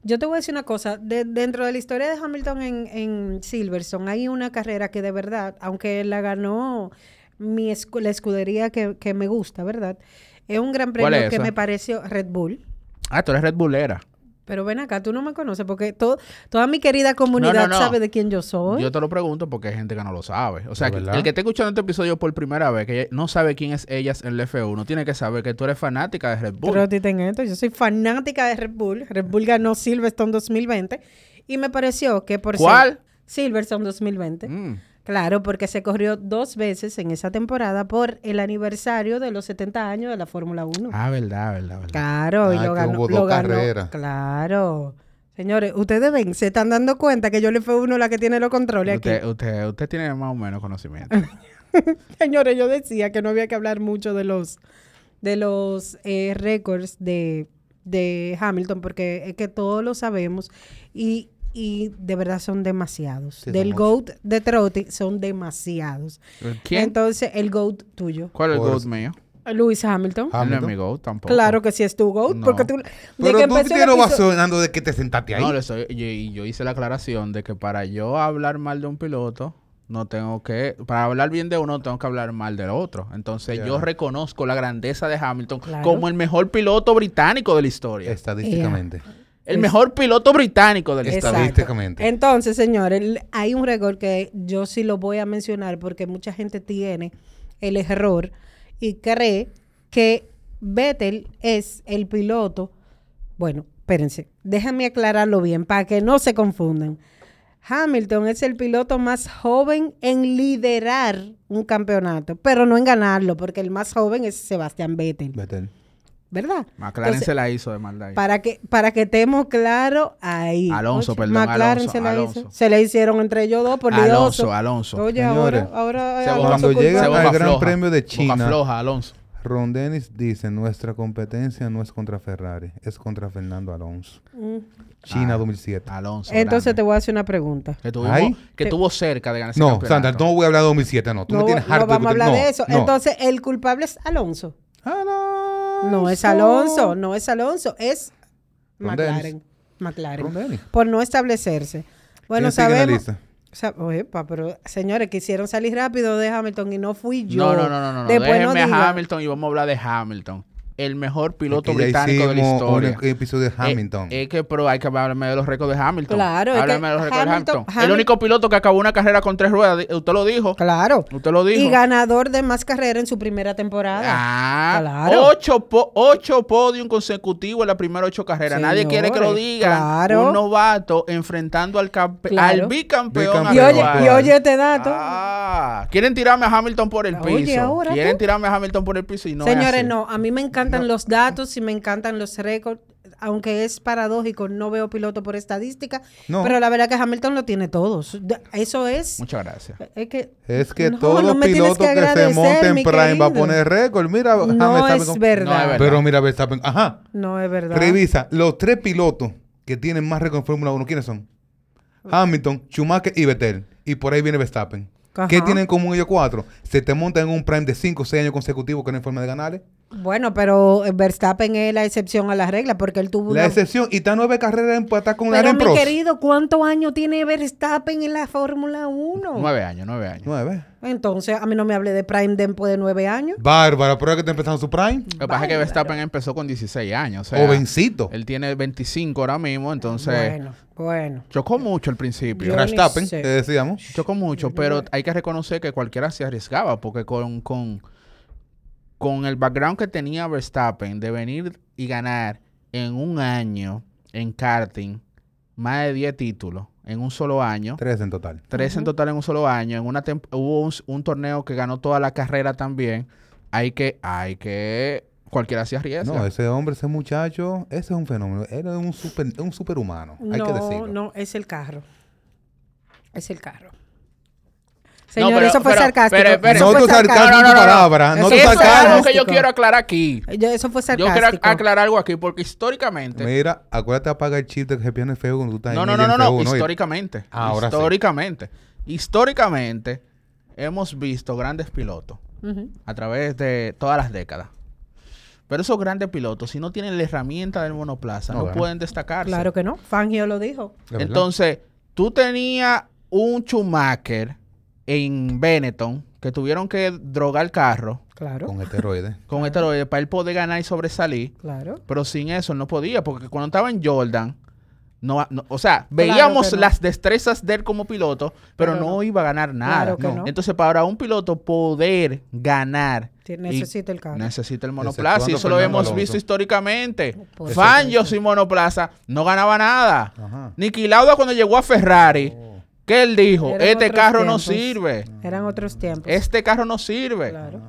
[SPEAKER 2] Yo te voy a decir una cosa, de- dentro de la historia de Hamilton en, en Silverstone hay una carrera que de verdad, aunque la ganó mi escu- la escudería que, que me gusta, ¿verdad? Es un gran
[SPEAKER 4] ¿Cuál
[SPEAKER 2] premio
[SPEAKER 4] es
[SPEAKER 2] que
[SPEAKER 4] esa?
[SPEAKER 2] me pareció Red Bull.
[SPEAKER 4] Ah, tú eres Red Bullera.
[SPEAKER 2] Pero ven acá, tú no me conoces porque todo, toda mi querida comunidad
[SPEAKER 4] No, no, no.
[SPEAKER 2] sabe de quién yo soy.
[SPEAKER 4] Yo te lo pregunto porque hay gente que no lo sabe. O sea,
[SPEAKER 3] ¿Es
[SPEAKER 4] que-
[SPEAKER 3] verdad?
[SPEAKER 4] el que esté escuchando este episodio por primera vez, que no sabe quién es ellas en el F1, tiene que saber que tú eres fanática de Red Bull.
[SPEAKER 2] Pero te tengo esto, yo soy fanática de Red Bull. Red Bull ganó Silverstone 2020 y me pareció que por ser-
[SPEAKER 4] ¿Cuál?
[SPEAKER 2] Silverstone 2020.
[SPEAKER 4] Mm.
[SPEAKER 2] Claro, porque se corrió dos veces en esa temporada por el aniversario de los 70 años de la Fórmula 1.
[SPEAKER 4] Ah, verdad, verdad, verdad.
[SPEAKER 2] Claro, y
[SPEAKER 3] Ah,
[SPEAKER 2] lo
[SPEAKER 3] que
[SPEAKER 2] ganó.
[SPEAKER 3] hubo
[SPEAKER 2] lo
[SPEAKER 3] dos
[SPEAKER 2] ganó.
[SPEAKER 3] carreras.
[SPEAKER 2] Claro. Señores, ustedes ven, se están dando cuenta que yo le fue uno la que tiene los controles aquí.
[SPEAKER 4] Usted, usted, usted tiene más o menos conocimiento.
[SPEAKER 2] Señores, yo decía que no había que hablar mucho de los de los eh, récords de, de Hamilton, porque es que todos lo sabemos y, y de verdad son demasiados.
[SPEAKER 3] Sí, son
[SPEAKER 2] Del
[SPEAKER 3] muchos.
[SPEAKER 2] GOAT de Trotti son demasiados.
[SPEAKER 4] ¿Quién?
[SPEAKER 2] Entonces, el GOAT tuyo,
[SPEAKER 4] ¿Cuál es el
[SPEAKER 3] Por-
[SPEAKER 4] GOAT mío?
[SPEAKER 2] Luis Hamilton.
[SPEAKER 3] Ah,
[SPEAKER 4] Él No es
[SPEAKER 3] Pues, Hamilton.
[SPEAKER 4] mi GOAT tampoco.
[SPEAKER 2] Claro que sí es tu GOAT,
[SPEAKER 4] No.
[SPEAKER 2] porque tú... de
[SPEAKER 3] Pero
[SPEAKER 2] que
[SPEAKER 3] tú
[SPEAKER 2] empezó el
[SPEAKER 3] te lo
[SPEAKER 2] episodio-
[SPEAKER 3] vas sonando de que te sentaste ahí.
[SPEAKER 4] No, le soy- yo, y yo hice la aclaración de que para yo hablar mal de un piloto, no tengo que, para hablar bien de uno, tengo que hablar mal del otro. Entonces yo reconozco la grandeza de Hamilton
[SPEAKER 2] Claro.
[SPEAKER 4] como el mejor piloto británico de la historia.
[SPEAKER 3] Estadísticamente.
[SPEAKER 4] el mejor piloto británico de la
[SPEAKER 2] Exacto.
[SPEAKER 4] historia.
[SPEAKER 3] Estadísticamente.
[SPEAKER 2] Entonces, señores, l- hay un récord que yo sí lo voy a mencionar porque mucha gente tiene el error y cree que Vettel es el piloto. Bueno, espérense, déjame aclararlo bien para que no se confundan. Hamilton es el piloto más joven en liderar un campeonato, pero no en ganarlo, porque el más joven es Sebastián Vettel,
[SPEAKER 3] Vettel.
[SPEAKER 2] ¿verdad?
[SPEAKER 4] McLaren
[SPEAKER 2] Entonces,
[SPEAKER 4] se la hizo de maldad. ahí.
[SPEAKER 2] para que, para que estemos claros ahí.
[SPEAKER 4] Alonso, perdón, Alonso,
[SPEAKER 2] se, la
[SPEAKER 4] Alonso.
[SPEAKER 2] hizo. se le hicieron entre ellos dos por
[SPEAKER 4] Alonso,
[SPEAKER 2] lioso.
[SPEAKER 4] Alonso.
[SPEAKER 2] Oye,
[SPEAKER 3] Señores,
[SPEAKER 2] ahora, ahora
[SPEAKER 4] Se
[SPEAKER 2] Alonso
[SPEAKER 3] cuando
[SPEAKER 2] culpable.
[SPEAKER 3] llega
[SPEAKER 4] Se
[SPEAKER 3] al
[SPEAKER 4] boca
[SPEAKER 3] Gran Premio de
[SPEAKER 4] boca
[SPEAKER 3] China.
[SPEAKER 4] floja, Alonso.
[SPEAKER 3] Ron Dennis dice, nuestra competencia no es contra Ferrari, es contra Fernando Alonso.
[SPEAKER 2] Mm.
[SPEAKER 3] China
[SPEAKER 4] Ah.
[SPEAKER 3] 2007.
[SPEAKER 4] Alonso.
[SPEAKER 2] Entonces te
[SPEAKER 4] grande.
[SPEAKER 2] voy a hacer una pregunta.
[SPEAKER 4] que tuvo,
[SPEAKER 3] Ay.
[SPEAKER 4] que tuvo cerca de ganar ese
[SPEAKER 3] No,
[SPEAKER 4] campeonato.
[SPEAKER 3] Sandra, no voy a hablar de 2007, no. Tú
[SPEAKER 2] No,
[SPEAKER 3] me tienes
[SPEAKER 2] no
[SPEAKER 3] harto.
[SPEAKER 2] vamos a
[SPEAKER 3] discutir-
[SPEAKER 2] hablar
[SPEAKER 3] no,
[SPEAKER 2] de eso.
[SPEAKER 3] no.
[SPEAKER 2] Entonces, el culpable es Alonso.
[SPEAKER 3] Alonso.
[SPEAKER 2] No es Alonso, no es Alonso, es
[SPEAKER 3] Ron
[SPEAKER 2] McLaren. McLaren
[SPEAKER 3] Rondelli.
[SPEAKER 2] por no establecerse. Bueno,
[SPEAKER 3] ¿Quién sigue en la
[SPEAKER 2] sabemos.
[SPEAKER 3] lista?
[SPEAKER 2] sa- Oepa, pero señores, quisieron salir rápido de Hamilton y no fui yo.
[SPEAKER 4] No, no, no, no, no. no.
[SPEAKER 2] Después no
[SPEAKER 4] Déjenme a
[SPEAKER 2] digan.
[SPEAKER 4] Hamilton y vamos a hablar de Hamilton. El mejor piloto
[SPEAKER 3] Es que ya
[SPEAKER 4] británico de la
[SPEAKER 3] hicimos un
[SPEAKER 4] historia.
[SPEAKER 3] episodio de Hamilton.
[SPEAKER 4] Eh, Es, que, pero hay que hablarme de los récords de Hamilton.
[SPEAKER 2] Claro, es que
[SPEAKER 4] Háblame de los récords de
[SPEAKER 2] Hamilton-
[SPEAKER 4] Hamilton. El
[SPEAKER 2] Hamil-
[SPEAKER 4] único piloto que acabó una carrera con tres ruedas, di- usted lo dijo.
[SPEAKER 2] Claro.
[SPEAKER 4] Usted lo dijo.
[SPEAKER 2] Y ganador de más carrera en su primera temporada.
[SPEAKER 4] Ah,
[SPEAKER 2] Claro.
[SPEAKER 4] ocho, po- ocho podium consecutivos en las primeras ocho carreras. Nadie quiere que lo
[SPEAKER 2] Señores,
[SPEAKER 4] diga.
[SPEAKER 2] claro.
[SPEAKER 4] Un novato enfrentando al, campe-
[SPEAKER 2] Claro.
[SPEAKER 4] al bicampeón.
[SPEAKER 3] Bicampeón.
[SPEAKER 2] y, oye,
[SPEAKER 4] actual.
[SPEAKER 2] y oye este dato.
[SPEAKER 4] Ah, quieren tirarme a Hamilton por el piso.
[SPEAKER 2] Oye, ahora
[SPEAKER 4] quieren
[SPEAKER 2] tú.
[SPEAKER 4] tirarme a Hamilton por el piso y no es
[SPEAKER 2] Señores,
[SPEAKER 4] así.
[SPEAKER 2] no, a mí me encantan los datos y me encantan los récords, aunque es paradójico, no veo piloto por estadística,
[SPEAKER 3] No.
[SPEAKER 2] pero la verdad que Hamilton lo tiene todos. De- Eso es...
[SPEAKER 4] Muchas gracias.
[SPEAKER 2] Es que,
[SPEAKER 3] Es que
[SPEAKER 2] no,
[SPEAKER 3] todo
[SPEAKER 2] no me tienes
[SPEAKER 3] piloto que, se
[SPEAKER 2] agradecer,
[SPEAKER 3] monte en
[SPEAKER 2] mi
[SPEAKER 3] Prime va a
[SPEAKER 2] querido.
[SPEAKER 3] poner récord. Mira,
[SPEAKER 2] No
[SPEAKER 3] Verstappen
[SPEAKER 2] es,
[SPEAKER 3] con-
[SPEAKER 4] No es
[SPEAKER 2] verdad.
[SPEAKER 4] verdad.
[SPEAKER 3] Pero mira, Verstappen. Ajá.
[SPEAKER 2] No es verdad.
[SPEAKER 3] Revisa los tres pilotos que tienen más récord en Fórmula 1. ¿Quiénes son? Hamilton, Schumacher y Vettel. Y por ahí viene Verstappen.
[SPEAKER 2] Ajá.
[SPEAKER 3] ¿Qué tienen en común ellos cuatro? Se te montan en un prime de 5 o 6 años consecutivos que no hay forma de ganarle.
[SPEAKER 2] Bueno, pero Verstappen es la excepción a la regla porque él tuvo
[SPEAKER 3] La
[SPEAKER 2] una...
[SPEAKER 3] excepción. Y está nueve carreras empatadas con
[SPEAKER 2] Pero
[SPEAKER 3] Aren
[SPEAKER 2] mi
[SPEAKER 3] Prost.
[SPEAKER 2] querido, ¿cuántos años tiene Verstappen en la Fórmula 1?
[SPEAKER 4] Nueve años, nueve años.
[SPEAKER 3] Nueve.
[SPEAKER 2] Entonces, a mí no me hable de Prime después de nueve años.
[SPEAKER 3] Bárbara, prueba que está empezando su prime.
[SPEAKER 4] Lo que pasa es que Verstappen empezó con 16 años. O sea,
[SPEAKER 3] Jovencito.
[SPEAKER 4] Él tiene 25 ahora mismo, entonces
[SPEAKER 2] Bueno, bueno.
[SPEAKER 4] chocó mucho al principio.
[SPEAKER 2] Yo ni
[SPEAKER 3] Verstappen,
[SPEAKER 2] sé.
[SPEAKER 3] le decíamos.
[SPEAKER 4] Chocó mucho, pero hay que reconocer que cualquiera se arriesgaba porque con, con, con el background que tenía Verstappen de venir y ganar en un año en karting más de 10 títulos en un solo año.
[SPEAKER 3] Tres en total.
[SPEAKER 4] Tres en total en un solo año. En una tem- hubo un, s- un torneo que ganó toda la carrera también. Hay que, hay que. Cualquiera se arriesga.
[SPEAKER 3] No, ese hombre, ese muchacho, ese es un fenómeno. Él es un, super, un superhumano. Hay que
[SPEAKER 2] No,
[SPEAKER 3] decirlo.
[SPEAKER 2] no, es el carro. Es el carro.
[SPEAKER 4] No,
[SPEAKER 2] Señor,
[SPEAKER 4] pero-
[SPEAKER 2] eso fue
[SPEAKER 4] pero-
[SPEAKER 2] sarcástico.
[SPEAKER 4] pero espere.
[SPEAKER 2] Eso
[SPEAKER 3] No
[SPEAKER 2] fue
[SPEAKER 3] tu sarcasmo,
[SPEAKER 2] sarcástico.
[SPEAKER 3] no, no, no, no. palabra, no
[SPEAKER 2] Eso
[SPEAKER 3] tu
[SPEAKER 2] fue
[SPEAKER 4] Eso es algo
[SPEAKER 3] sarcasmo.
[SPEAKER 4] que yo quiero aclarar aquí.
[SPEAKER 2] Yo- Eso fue
[SPEAKER 4] Yo quiero ac-
[SPEAKER 2] sarcástico.
[SPEAKER 4] aclarar algo aquí porque históricamente.
[SPEAKER 3] Mira, acuérdate de apagar el chip de que se pierde feo cuando tú estás
[SPEAKER 4] No,
[SPEAKER 3] en
[SPEAKER 4] no,
[SPEAKER 3] el
[SPEAKER 4] no, no, no.
[SPEAKER 3] INFU,
[SPEAKER 4] Históricamente.
[SPEAKER 3] Ahora sí.
[SPEAKER 4] históricamente. Históricamente hemos visto grandes pilotos
[SPEAKER 2] Ujú.
[SPEAKER 4] a través de todas las décadas. Pero esos grandes pilotos, si no tienen la herramienta del monoplaza,
[SPEAKER 3] No
[SPEAKER 4] no,
[SPEAKER 3] ganan.
[SPEAKER 4] pueden destacarse.
[SPEAKER 2] Claro que no. Fangio lo dijo.
[SPEAKER 3] Ah, ¿De verdad?
[SPEAKER 4] Entonces, tú tenías un Schumacher en Benetton que tuvieron que drogar el carro
[SPEAKER 2] Claro,
[SPEAKER 3] Con esteroides.
[SPEAKER 4] con esteroides para él poder ganar y sobresalir.
[SPEAKER 2] claro.
[SPEAKER 4] Pero sin eso él no podía, porque cuando estaba en Jordan, no, no- o sea, veíamos
[SPEAKER 2] que no.
[SPEAKER 4] las destrezas de él como piloto, pero,
[SPEAKER 2] Pero
[SPEAKER 4] no,
[SPEAKER 2] no.
[SPEAKER 4] iba a ganar
[SPEAKER 2] Claro
[SPEAKER 4] nada.
[SPEAKER 2] que No. no.
[SPEAKER 4] Entonces, para un piloto poder ganar.
[SPEAKER 2] Sí,
[SPEAKER 4] y-
[SPEAKER 2] necesita el carro.
[SPEAKER 4] Necesita el monoplaza. Y eso lo
[SPEAKER 3] Fernando
[SPEAKER 4] hemos
[SPEAKER 3] Alonso.
[SPEAKER 4] visto históricamente.
[SPEAKER 2] Por
[SPEAKER 4] Fangio sin monoplaza no ganaba nada.
[SPEAKER 3] Ajá.
[SPEAKER 4] Niki Lauda cuando llegó a Ferrari, que él dijo,
[SPEAKER 2] Eran
[SPEAKER 4] este
[SPEAKER 2] otros
[SPEAKER 4] carro no
[SPEAKER 2] tiempos.
[SPEAKER 4] sirve.
[SPEAKER 2] Eran otros tiempos.
[SPEAKER 4] Este carro no sirve.
[SPEAKER 2] Claro.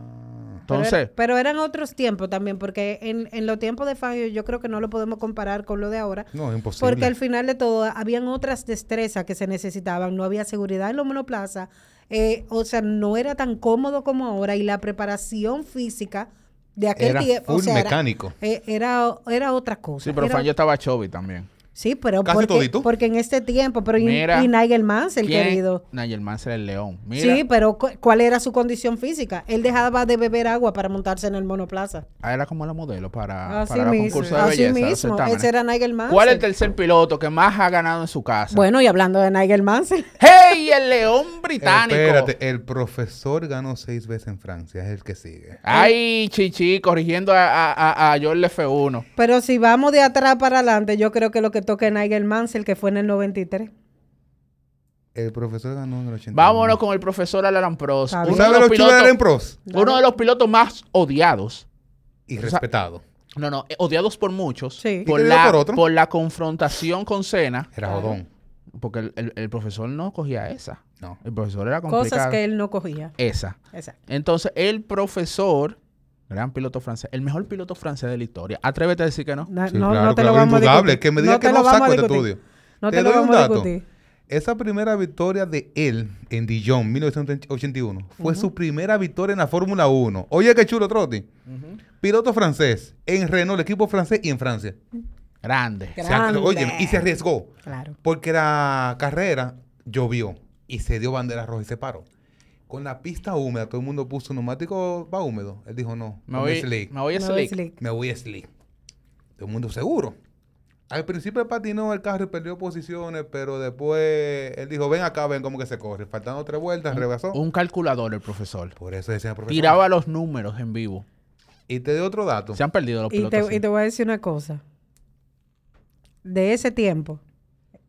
[SPEAKER 2] Pero era-
[SPEAKER 4] Entonces,
[SPEAKER 2] Pero, eran otros tiempos también, porque en, en los tiempos de Fangio yo creo que no lo podemos comparar con lo de ahora.
[SPEAKER 3] No, es imposible.
[SPEAKER 2] Porque al final de todo, habían otras destrezas que se necesitaban. No había seguridad en los monoplazas. eh, o sea, no era tan cómodo como ahora. Y la preparación física de aquel
[SPEAKER 3] Era
[SPEAKER 2] tiempo. o
[SPEAKER 3] full
[SPEAKER 2] sea, era-
[SPEAKER 3] mecánico.
[SPEAKER 2] eh, Era, era otra cosa.
[SPEAKER 4] sí, pero
[SPEAKER 2] era-
[SPEAKER 4] Fangio estaba Chovy también.
[SPEAKER 2] Sí, pero
[SPEAKER 3] Casi
[SPEAKER 2] porque,
[SPEAKER 3] todito.
[SPEAKER 2] porque en este tiempo. Pero y-
[SPEAKER 4] Mira,
[SPEAKER 2] y, Nigel Mansell,
[SPEAKER 4] ¿Quién?
[SPEAKER 2] querido.
[SPEAKER 4] Nigel Mansell el león. Mira,
[SPEAKER 2] Sí, pero cu- ¿cuál era su condición física? Él dejaba de beber agua para montarse en el monoplaza.
[SPEAKER 4] ah, era como la modelo para,
[SPEAKER 2] Así
[SPEAKER 4] para los
[SPEAKER 2] mismo.
[SPEAKER 4] concursos de
[SPEAKER 2] Así
[SPEAKER 4] belleza. los
[SPEAKER 2] mismo.
[SPEAKER 4] certámenes.
[SPEAKER 2] Ese era Nigel Mansell.
[SPEAKER 4] ¿Cuál es el tercer piloto que más ha ganado en su casa?
[SPEAKER 2] Bueno, y hablando de Nigel Mansell.
[SPEAKER 4] ¡Hey! El león británico.
[SPEAKER 3] Espérate, el profesor ganó seis veces en Francia, es el que sigue.
[SPEAKER 4] Ay, chichi, corrigiendo a, a, a, a Joel F1.
[SPEAKER 2] Pero si vamos de atrás para adelante, yo creo que lo que toca es Nigel Mansell, que fue en el 93.
[SPEAKER 3] El profesor ganó en el 80.
[SPEAKER 4] Vámonos con el profesor Alan Prost.
[SPEAKER 2] Está
[SPEAKER 4] Uno
[SPEAKER 3] ¿Tú
[SPEAKER 2] bien.
[SPEAKER 4] de
[SPEAKER 3] sabes
[SPEAKER 4] los
[SPEAKER 3] lo chulo de Aren
[SPEAKER 4] pilotos-
[SPEAKER 3] Prost?
[SPEAKER 4] uno de los pilotos más odiados.
[SPEAKER 3] Y respetado.
[SPEAKER 4] No, no, eh, odiados por muchos.
[SPEAKER 2] Sí.
[SPEAKER 4] Por,
[SPEAKER 3] ¿Y querido
[SPEAKER 4] la,
[SPEAKER 3] por otro?
[SPEAKER 4] por la confrontación con Senna.
[SPEAKER 3] Era jodón.
[SPEAKER 4] Porque el, el- el profesor no cogía esa.
[SPEAKER 3] No.
[SPEAKER 4] El profesor era complicado.
[SPEAKER 2] Cosas que él no cogía.
[SPEAKER 4] Esa.
[SPEAKER 2] Exacto.
[SPEAKER 4] Entonces, el profesor, gran piloto francés, el mejor piloto francés de la historia. Atrévete a decir que no.
[SPEAKER 2] Na-
[SPEAKER 3] Sí,
[SPEAKER 2] no,
[SPEAKER 3] claro,
[SPEAKER 2] no te
[SPEAKER 3] claro,
[SPEAKER 2] lo vamos
[SPEAKER 3] indudable.
[SPEAKER 2] a discutir.
[SPEAKER 3] Que me diga
[SPEAKER 2] no
[SPEAKER 3] que
[SPEAKER 2] te
[SPEAKER 3] no
[SPEAKER 2] lo vamos
[SPEAKER 3] saco
[SPEAKER 2] a
[SPEAKER 3] este
[SPEAKER 2] discutir.
[SPEAKER 3] estudio.
[SPEAKER 2] No
[SPEAKER 3] Te
[SPEAKER 2] te, lo
[SPEAKER 3] doy un
[SPEAKER 2] vamos a
[SPEAKER 3] dato.
[SPEAKER 2] discutir.
[SPEAKER 3] Esa primera victoria de él en Dijon, 1981, fue su primera victoria en la Fórmula 1. Oye, qué chulo, Trotti. Piloto francés, en Renault, el equipo francés y en Francia.
[SPEAKER 4] Grande.
[SPEAKER 3] Se ar-
[SPEAKER 2] Grande.
[SPEAKER 3] óyeme, y se arriesgó.
[SPEAKER 2] Claro.
[SPEAKER 3] Porque la carrera llovió y se dio bandera roja y se paró. Con la pista húmeda, todo el mundo puso neumático va húmedo. Él dijo no,
[SPEAKER 4] Me
[SPEAKER 3] ponme
[SPEAKER 4] voy,
[SPEAKER 3] slick.
[SPEAKER 4] me voy a
[SPEAKER 2] No
[SPEAKER 4] slick.
[SPEAKER 2] es leak.
[SPEAKER 3] Me voy a slick. Todo el mundo seguro. Al principio él patinó el carro y perdió posiciones, pero después él dijo, ven acá, ven cómo que se corre. Faltando tres vueltas, rebasó.
[SPEAKER 4] Un calculador el profesor.
[SPEAKER 3] Por eso decía el profesor.
[SPEAKER 4] Tiraba los números en vivo.
[SPEAKER 3] Y te doy otro dato.
[SPEAKER 4] Se han perdido los
[SPEAKER 2] Y
[SPEAKER 4] pilotos.
[SPEAKER 2] te,
[SPEAKER 4] así.
[SPEAKER 2] y te voy a decir una cosa. De ese tiempo,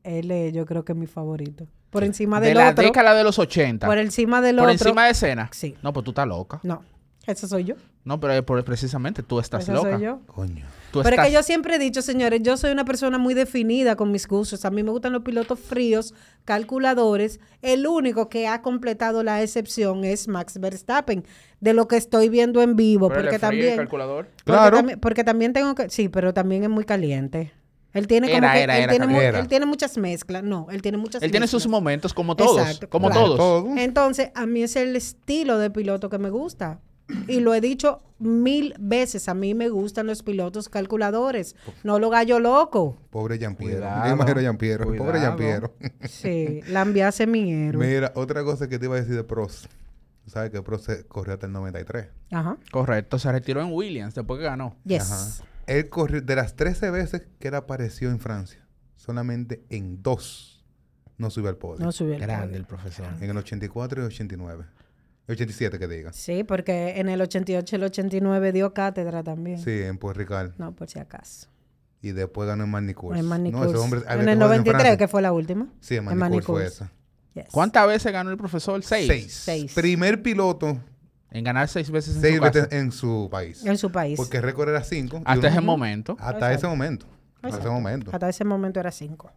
[SPEAKER 2] él es, yo creo que es mi favorito. Por encima
[SPEAKER 4] de
[SPEAKER 2] del
[SPEAKER 4] la
[SPEAKER 2] otro.
[SPEAKER 4] década de los 80.
[SPEAKER 2] Por encima del
[SPEAKER 4] por
[SPEAKER 2] otro.
[SPEAKER 4] encima de escena.
[SPEAKER 2] Sí.
[SPEAKER 4] No, pues tú estás loca.
[SPEAKER 2] No, eso soy yo.
[SPEAKER 4] No, pero es por- precisamente tú estás
[SPEAKER 2] Esa
[SPEAKER 4] loca.
[SPEAKER 2] soy yo.
[SPEAKER 3] Coño.
[SPEAKER 4] Tú
[SPEAKER 2] Pero es
[SPEAKER 4] estás-
[SPEAKER 2] que yo siempre he dicho, señores, yo soy una persona muy definida con mis gustos. A mí me gustan los pilotos fríos, calculadores. El único que ha completado la excepción es Max Verstappen, de lo que estoy viendo en vivo.
[SPEAKER 4] Pero él
[SPEAKER 2] porque
[SPEAKER 4] es frío, el
[SPEAKER 2] también,
[SPEAKER 4] calculador.
[SPEAKER 2] porque
[SPEAKER 3] Claro.
[SPEAKER 2] también- porque también tengo que... Sí, pero también es muy caliente. Él tiene como
[SPEAKER 4] Era,
[SPEAKER 2] que-
[SPEAKER 4] era,
[SPEAKER 2] él
[SPEAKER 4] era,
[SPEAKER 2] tiene mu-
[SPEAKER 3] era.
[SPEAKER 2] él tiene muchas mezclas. No, él tiene muchas
[SPEAKER 4] Él tiene sus
[SPEAKER 2] mezclas.
[SPEAKER 4] momentos como todos.
[SPEAKER 2] Exacto,
[SPEAKER 4] como
[SPEAKER 2] claro.
[SPEAKER 4] todos.
[SPEAKER 3] Todo.
[SPEAKER 2] Entonces, a mí es el estilo de piloto que me gusta. Y lo he dicho mil veces. A mí me gustan los pilotos calculadores. No lo gallo loco.
[SPEAKER 3] Pobre Yampiero.
[SPEAKER 4] Cuidado.
[SPEAKER 3] Yo imagino a Yampiero. Pobre
[SPEAKER 4] Cuidado.
[SPEAKER 3] Yampiero.
[SPEAKER 2] Sí, Lambiase mi héroe.
[SPEAKER 3] Mira, otra cosa que te iba a decir de Prost. Tú sabes que Prost se corrió hasta el 93.
[SPEAKER 2] Ajá.
[SPEAKER 4] Correcto. Se retiró en Williams después que ganó.
[SPEAKER 2] Yes.
[SPEAKER 3] Él corrió, de las 13 veces que él apareció en Francia, solamente en dos no subió al podio.
[SPEAKER 2] No subió el
[SPEAKER 4] Grande
[SPEAKER 2] podio.
[SPEAKER 4] el profesor.
[SPEAKER 3] En el 84 y 89. 87 que digas.
[SPEAKER 2] Sí, porque en el 88 el 89 dio cátedra también.
[SPEAKER 3] Sí, en Puerto Rical.
[SPEAKER 2] No, por si acaso.
[SPEAKER 3] Y después ganó en Manicurs.
[SPEAKER 2] En
[SPEAKER 3] No,
[SPEAKER 2] Manicurs.
[SPEAKER 3] esos hombres había
[SPEAKER 2] en
[SPEAKER 3] que
[SPEAKER 2] el
[SPEAKER 3] jugar en
[SPEAKER 2] 93,
[SPEAKER 3] Francia.
[SPEAKER 2] que fue la última.
[SPEAKER 3] Sí, en Manicurs fue
[SPEAKER 2] Manicurs.
[SPEAKER 3] esa.
[SPEAKER 2] Yes.
[SPEAKER 4] ¿Cuántas veces ganó el profesor? Seis.
[SPEAKER 3] Seis.
[SPEAKER 2] Seis.
[SPEAKER 3] Primer piloto
[SPEAKER 4] En ganar seis veces en
[SPEAKER 3] seis
[SPEAKER 4] su casa.
[SPEAKER 3] veces en su país.
[SPEAKER 2] En su país.
[SPEAKER 3] Porque el récord era cinco. y
[SPEAKER 4] Hasta
[SPEAKER 3] uno- Ah.
[SPEAKER 4] ese momento.
[SPEAKER 3] Hasta ese momento. Hasta ese momento.
[SPEAKER 2] Hasta ese momento era cinco.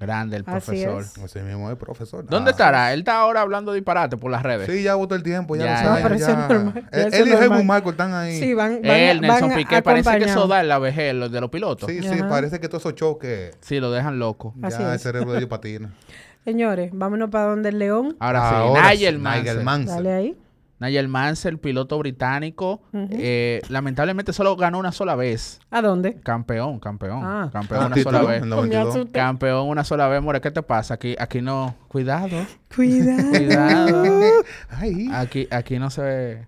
[SPEAKER 4] Grande el
[SPEAKER 2] Así
[SPEAKER 4] profesor.
[SPEAKER 2] es.
[SPEAKER 3] Ese mismo es profesor.
[SPEAKER 4] ¿Dónde
[SPEAKER 3] Ah.
[SPEAKER 4] estará? Él está ahora hablando disparate por las redes.
[SPEAKER 3] Sí, ya votó el tiempo, ya,
[SPEAKER 4] Ya,
[SPEAKER 3] lo
[SPEAKER 4] ya.
[SPEAKER 3] saben,
[SPEAKER 4] No, pero
[SPEAKER 3] ya. Eh,
[SPEAKER 2] eso es normal, ya
[SPEAKER 3] Él,
[SPEAKER 2] eso
[SPEAKER 3] él
[SPEAKER 2] es
[SPEAKER 3] y Helmut
[SPEAKER 2] normal.
[SPEAKER 3] Michael están ahí.
[SPEAKER 2] Sí, van, van,
[SPEAKER 4] Él, Eh, Nelson
[SPEAKER 2] van
[SPEAKER 4] Piqué, parece que eso
[SPEAKER 2] acompañados.
[SPEAKER 4] da en la vejez lo de los pilotos. Sí,
[SPEAKER 3] Sí, sí, parece que todos esos choques,
[SPEAKER 4] lo dejan loco.
[SPEAKER 2] Así
[SPEAKER 3] ya el
[SPEAKER 2] es.
[SPEAKER 3] cerebro de ellos patina.
[SPEAKER 2] Señores, vámonos para donde el león.
[SPEAKER 4] Ahora,
[SPEAKER 3] Ahora
[SPEAKER 4] sí, Nigel
[SPEAKER 3] Nigel
[SPEAKER 4] Mansell.
[SPEAKER 3] Mansell.
[SPEAKER 2] Dale ahí.
[SPEAKER 4] Nigel Mansell, piloto británico. eh, lamentablemente solo ganó una sola vez.
[SPEAKER 2] ¿A dónde?
[SPEAKER 4] Campeón, campeón.
[SPEAKER 2] Ah.
[SPEAKER 4] Campeón
[SPEAKER 3] Ah,
[SPEAKER 4] una
[SPEAKER 3] título,
[SPEAKER 4] sola vez.
[SPEAKER 3] en
[SPEAKER 2] Me
[SPEAKER 3] 92.
[SPEAKER 2] asusté.
[SPEAKER 4] Campeón una sola vez, More. ¿Qué te pasa? Aquí, aquí no. Cuidado.
[SPEAKER 2] Cuidado.
[SPEAKER 4] Cuidado.
[SPEAKER 3] Ay,
[SPEAKER 4] Aquí, aquí no se ve.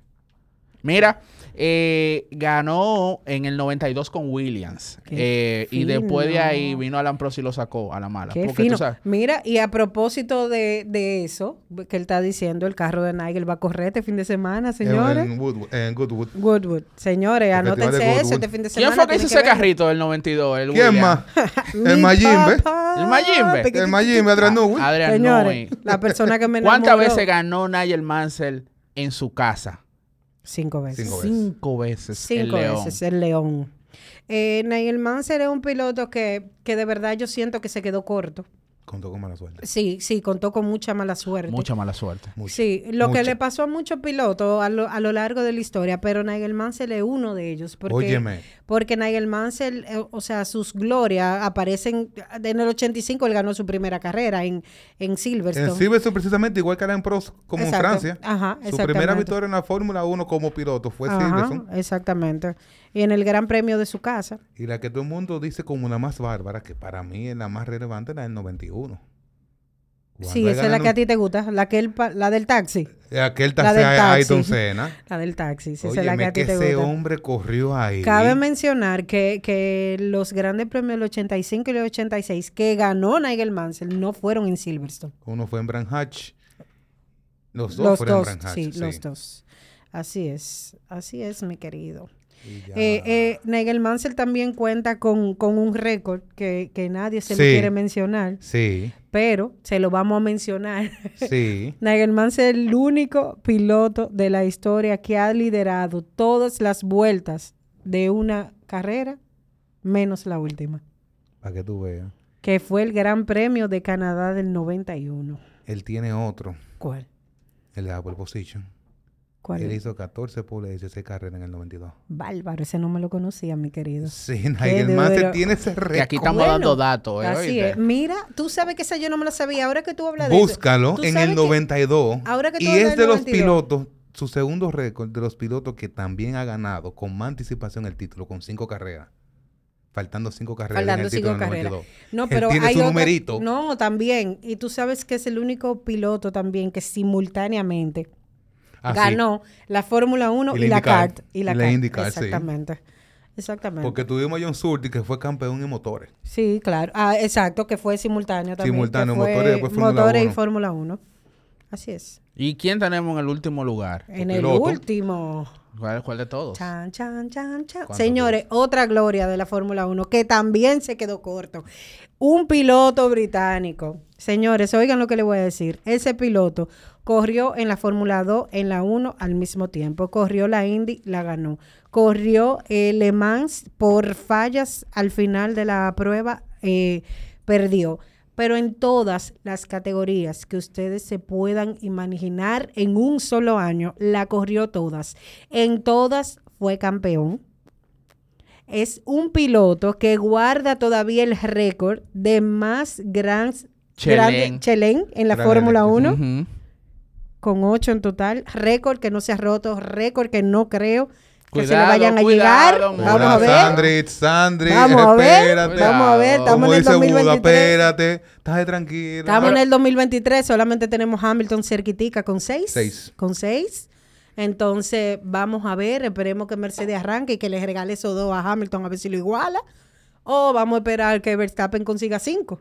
[SPEAKER 4] Mira, eh, ganó en el 92 con Williams.
[SPEAKER 2] Qué
[SPEAKER 4] Eh, y después de
[SPEAKER 2] fino.
[SPEAKER 4] ahí vino Alan Prost y lo sacó a la mala.
[SPEAKER 2] Qué
[SPEAKER 4] Porque tú
[SPEAKER 2] fino.
[SPEAKER 4] sabes-
[SPEAKER 2] Mira, y a propósito de, de eso, que él está diciendo, el carro de Nigel va a correr este fin de semana,
[SPEAKER 3] en-
[SPEAKER 2] señores.
[SPEAKER 3] En, Woodwood- en Goodwood.
[SPEAKER 2] Goodwood. Señores,
[SPEAKER 3] El festival de
[SPEAKER 2] anótense eso
[SPEAKER 3] Goodwood.
[SPEAKER 2] este fin de semana.
[SPEAKER 4] ¿Quién fue que hizo ese
[SPEAKER 2] tienen ver.
[SPEAKER 4] carrito del 92? El
[SPEAKER 3] ¿Quién
[SPEAKER 4] Williams?
[SPEAKER 3] más? el
[SPEAKER 2] Mi
[SPEAKER 3] Mayimbe.
[SPEAKER 2] papá.
[SPEAKER 4] ¿El Mayimbe?
[SPEAKER 2] Piqui,
[SPEAKER 3] El
[SPEAKER 2] piqui,
[SPEAKER 3] Mayimbe, Adrián Newey.
[SPEAKER 4] Adrián
[SPEAKER 2] Señores,
[SPEAKER 4] Newey.
[SPEAKER 2] la persona que me enamoró.
[SPEAKER 4] Ah, ¿Cuántas veces ganó Nigel Mansell en su casa?
[SPEAKER 2] Cinco veces.
[SPEAKER 3] Cinco veces.
[SPEAKER 4] Cinco veces.
[SPEAKER 2] Cinco
[SPEAKER 4] el León.
[SPEAKER 2] veces el León. Eh, Nigel Mansell es un piloto que, que de verdad yo siento que se quedó corto.
[SPEAKER 3] Contó con mala suerte.
[SPEAKER 2] Sí, sí, contó con mucha mala suerte.
[SPEAKER 4] Mucha mala suerte.
[SPEAKER 3] Mucho.
[SPEAKER 2] Sí, lo que
[SPEAKER 3] mucha.
[SPEAKER 2] le pasó a muchos pilotos a lo, a lo largo de la historia, pero Nigel Mansell es uno de ellos. Porque,
[SPEAKER 3] Óyeme.
[SPEAKER 2] Porque Nigel Mansell, eh, o sea, sus glorias aparecen. eh, En el 85 él ganó su primera carrera en, en Silverstone.
[SPEAKER 3] En Silverstone precisamente, igual que Alain Prost, como
[SPEAKER 2] Exacto.
[SPEAKER 3] en Francia.
[SPEAKER 2] Ajá,
[SPEAKER 3] Su primera
[SPEAKER 2] exactamente.
[SPEAKER 3] victoria en la Fórmula 1 como piloto fue
[SPEAKER 2] Ajá,
[SPEAKER 3] Silverstone.
[SPEAKER 2] exactamente. Y en el Gran Premio de su casa.
[SPEAKER 3] Y la que todo el mundo dice como la más bárbara, que para mí es la más relevante, la del 91. Cuando
[SPEAKER 2] Sí,
[SPEAKER 3] él
[SPEAKER 2] esa es la
[SPEAKER 3] gana
[SPEAKER 2] que a ti te gusta, la, que él pa- la del taxi.
[SPEAKER 3] Aquel
[SPEAKER 2] La del
[SPEAKER 3] taxi Ayrton
[SPEAKER 2] taxi.
[SPEAKER 3] Senna.
[SPEAKER 2] La del taxi, sí, esa es la que
[SPEAKER 3] Óyeme,
[SPEAKER 2] a
[SPEAKER 3] que
[SPEAKER 2] ti te
[SPEAKER 3] ese
[SPEAKER 2] gusta.
[SPEAKER 3] hombre corrió ahí.
[SPEAKER 2] Cabe mencionar que, que los grandes premios del 85 y el 86 que ganó Nigel Mansell no fueron en Silverstone.
[SPEAKER 3] Uno fue en Bran Hatch. Los dos
[SPEAKER 2] Los
[SPEAKER 3] fueron
[SPEAKER 2] dos,
[SPEAKER 3] en Bran Hatch.
[SPEAKER 2] sí, los dos. Así es, así es, mi querido.
[SPEAKER 3] Y ya.
[SPEAKER 2] Eh, eh, Nigel Mansell también cuenta con, con un récord que, que nadie se lo
[SPEAKER 3] Sí.
[SPEAKER 2] quiere mencionar,
[SPEAKER 3] Sí,
[SPEAKER 2] pero se lo vamos a mencionar.
[SPEAKER 3] sí.
[SPEAKER 2] Nigel Mansell es el único piloto de la historia que ha liderado todas las vueltas de una carrera, menos la última.
[SPEAKER 3] Para que tú veas.
[SPEAKER 2] que fue el Gran Premio de Canadá del 91.
[SPEAKER 3] Él tiene otro,
[SPEAKER 2] ¿Cuál?
[SPEAKER 3] el de la pole position.
[SPEAKER 2] ¿Cuál?
[SPEAKER 3] Él
[SPEAKER 2] es?
[SPEAKER 3] hizo 14 poles y 16 carreras en el 92.
[SPEAKER 2] Bárbaro, ese no me lo conocía, mi querido.
[SPEAKER 3] Sí, Nigel
[SPEAKER 2] duro.
[SPEAKER 3] Mansell tiene ese
[SPEAKER 4] Que
[SPEAKER 3] récord.
[SPEAKER 4] aquí estamos
[SPEAKER 2] Bueno,
[SPEAKER 4] dando datos. ¿eh?
[SPEAKER 2] Así
[SPEAKER 4] ¿Oíste?
[SPEAKER 2] es. Mira, tú sabes que esa yo no me la sabía. Ahora que tú hablas de eso,
[SPEAKER 3] Búscalo
[SPEAKER 2] tú
[SPEAKER 3] en
[SPEAKER 2] sabes
[SPEAKER 3] el
[SPEAKER 2] que-
[SPEAKER 3] 92.
[SPEAKER 2] ahora que tú
[SPEAKER 3] y
[SPEAKER 2] hablas
[SPEAKER 3] es
[SPEAKER 2] del
[SPEAKER 3] de los
[SPEAKER 2] 92.
[SPEAKER 3] pilotos, su segundo récord de los pilotos que también ha ganado con más anticipación el título, con cinco carreras. Faltando cinco carreras en
[SPEAKER 2] Faltando
[SPEAKER 3] el título
[SPEAKER 2] cinco
[SPEAKER 3] en el
[SPEAKER 2] carreras.
[SPEAKER 3] 92.
[SPEAKER 2] No,
[SPEAKER 3] Él
[SPEAKER 2] pero
[SPEAKER 3] tiene
[SPEAKER 2] hay
[SPEAKER 3] su
[SPEAKER 2] otra-
[SPEAKER 3] numerito.
[SPEAKER 2] No, también. Y tú sabes que es el único piloto también que simultáneamente
[SPEAKER 3] Así.
[SPEAKER 2] ganó la Fórmula 1
[SPEAKER 3] Y
[SPEAKER 2] y,
[SPEAKER 3] la
[SPEAKER 2] la
[SPEAKER 3] IndyCar.
[SPEAKER 2] CART. Y la,
[SPEAKER 3] Ah, Y la
[SPEAKER 2] kart.
[SPEAKER 3] IndyCar, sí.
[SPEAKER 2] Exactamente. Exactamente.
[SPEAKER 3] Porque tuvimos a John Surti que fue campeón en motores.
[SPEAKER 2] Sí, claro. Ah, exacto, que fue simultáneo también. que
[SPEAKER 3] Simultáneo,
[SPEAKER 2] fue
[SPEAKER 3] motores y después Fórmula
[SPEAKER 2] motores y
[SPEAKER 3] Uno.
[SPEAKER 2] Fórmula 1. Así es.
[SPEAKER 4] ¿Y quién tenemos en el último lugar?
[SPEAKER 2] En
[SPEAKER 3] Tu
[SPEAKER 2] el
[SPEAKER 3] piloto.
[SPEAKER 2] último.
[SPEAKER 4] ¿Cuál, cuál de todos?
[SPEAKER 2] Chan, chan, chan, chan.
[SPEAKER 3] ¿Cuánto
[SPEAKER 2] Señores, otra gloria de la Fórmula 1 que también se quedó corto. Un piloto británico. Señores, oigan lo que le voy a decir. Ese piloto corrió en la Fórmula 2, en la 1 al mismo tiempo. Corrió la Indy, la ganó. Corrió eh, Le Mans por fallas al final de la prueba, eh, perdió. Pero en todas las categorías que ustedes se puedan imaginar en un solo año, la corrió todas. En todas fue campeón. Es un piloto que guarda todavía el récord de más grandes
[SPEAKER 4] Chelén.
[SPEAKER 2] grande- Chelén en la
[SPEAKER 3] Gran
[SPEAKER 2] Fórmula
[SPEAKER 3] electricidad.
[SPEAKER 2] 1,
[SPEAKER 4] Ujú.
[SPEAKER 2] con 8 en total. Récord que no se ha roto, récord que no creo que se le
[SPEAKER 4] Cuidado,
[SPEAKER 2] vayan a
[SPEAKER 4] cuidado,
[SPEAKER 2] llegar.
[SPEAKER 4] Mora.
[SPEAKER 2] Vamos a ver.
[SPEAKER 3] Sandrich, Sandrich,
[SPEAKER 2] Vamos a ver,
[SPEAKER 3] espérate.
[SPEAKER 2] vamos a ver, estamos
[SPEAKER 3] Como
[SPEAKER 2] en el
[SPEAKER 3] dice Buda,
[SPEAKER 2] 2023.
[SPEAKER 3] espérate. Estás tranquilo.
[SPEAKER 2] Estamos en el 2023, solamente tenemos Hamilton cerquitica con seis.
[SPEAKER 3] Seis.
[SPEAKER 2] Con seis. Entonces, vamos a ver, esperemos que Mercedes arranque y que les regale esos dos a Hamilton a ver si lo iguala. O vamos a esperar que Verstappen consiga cinco.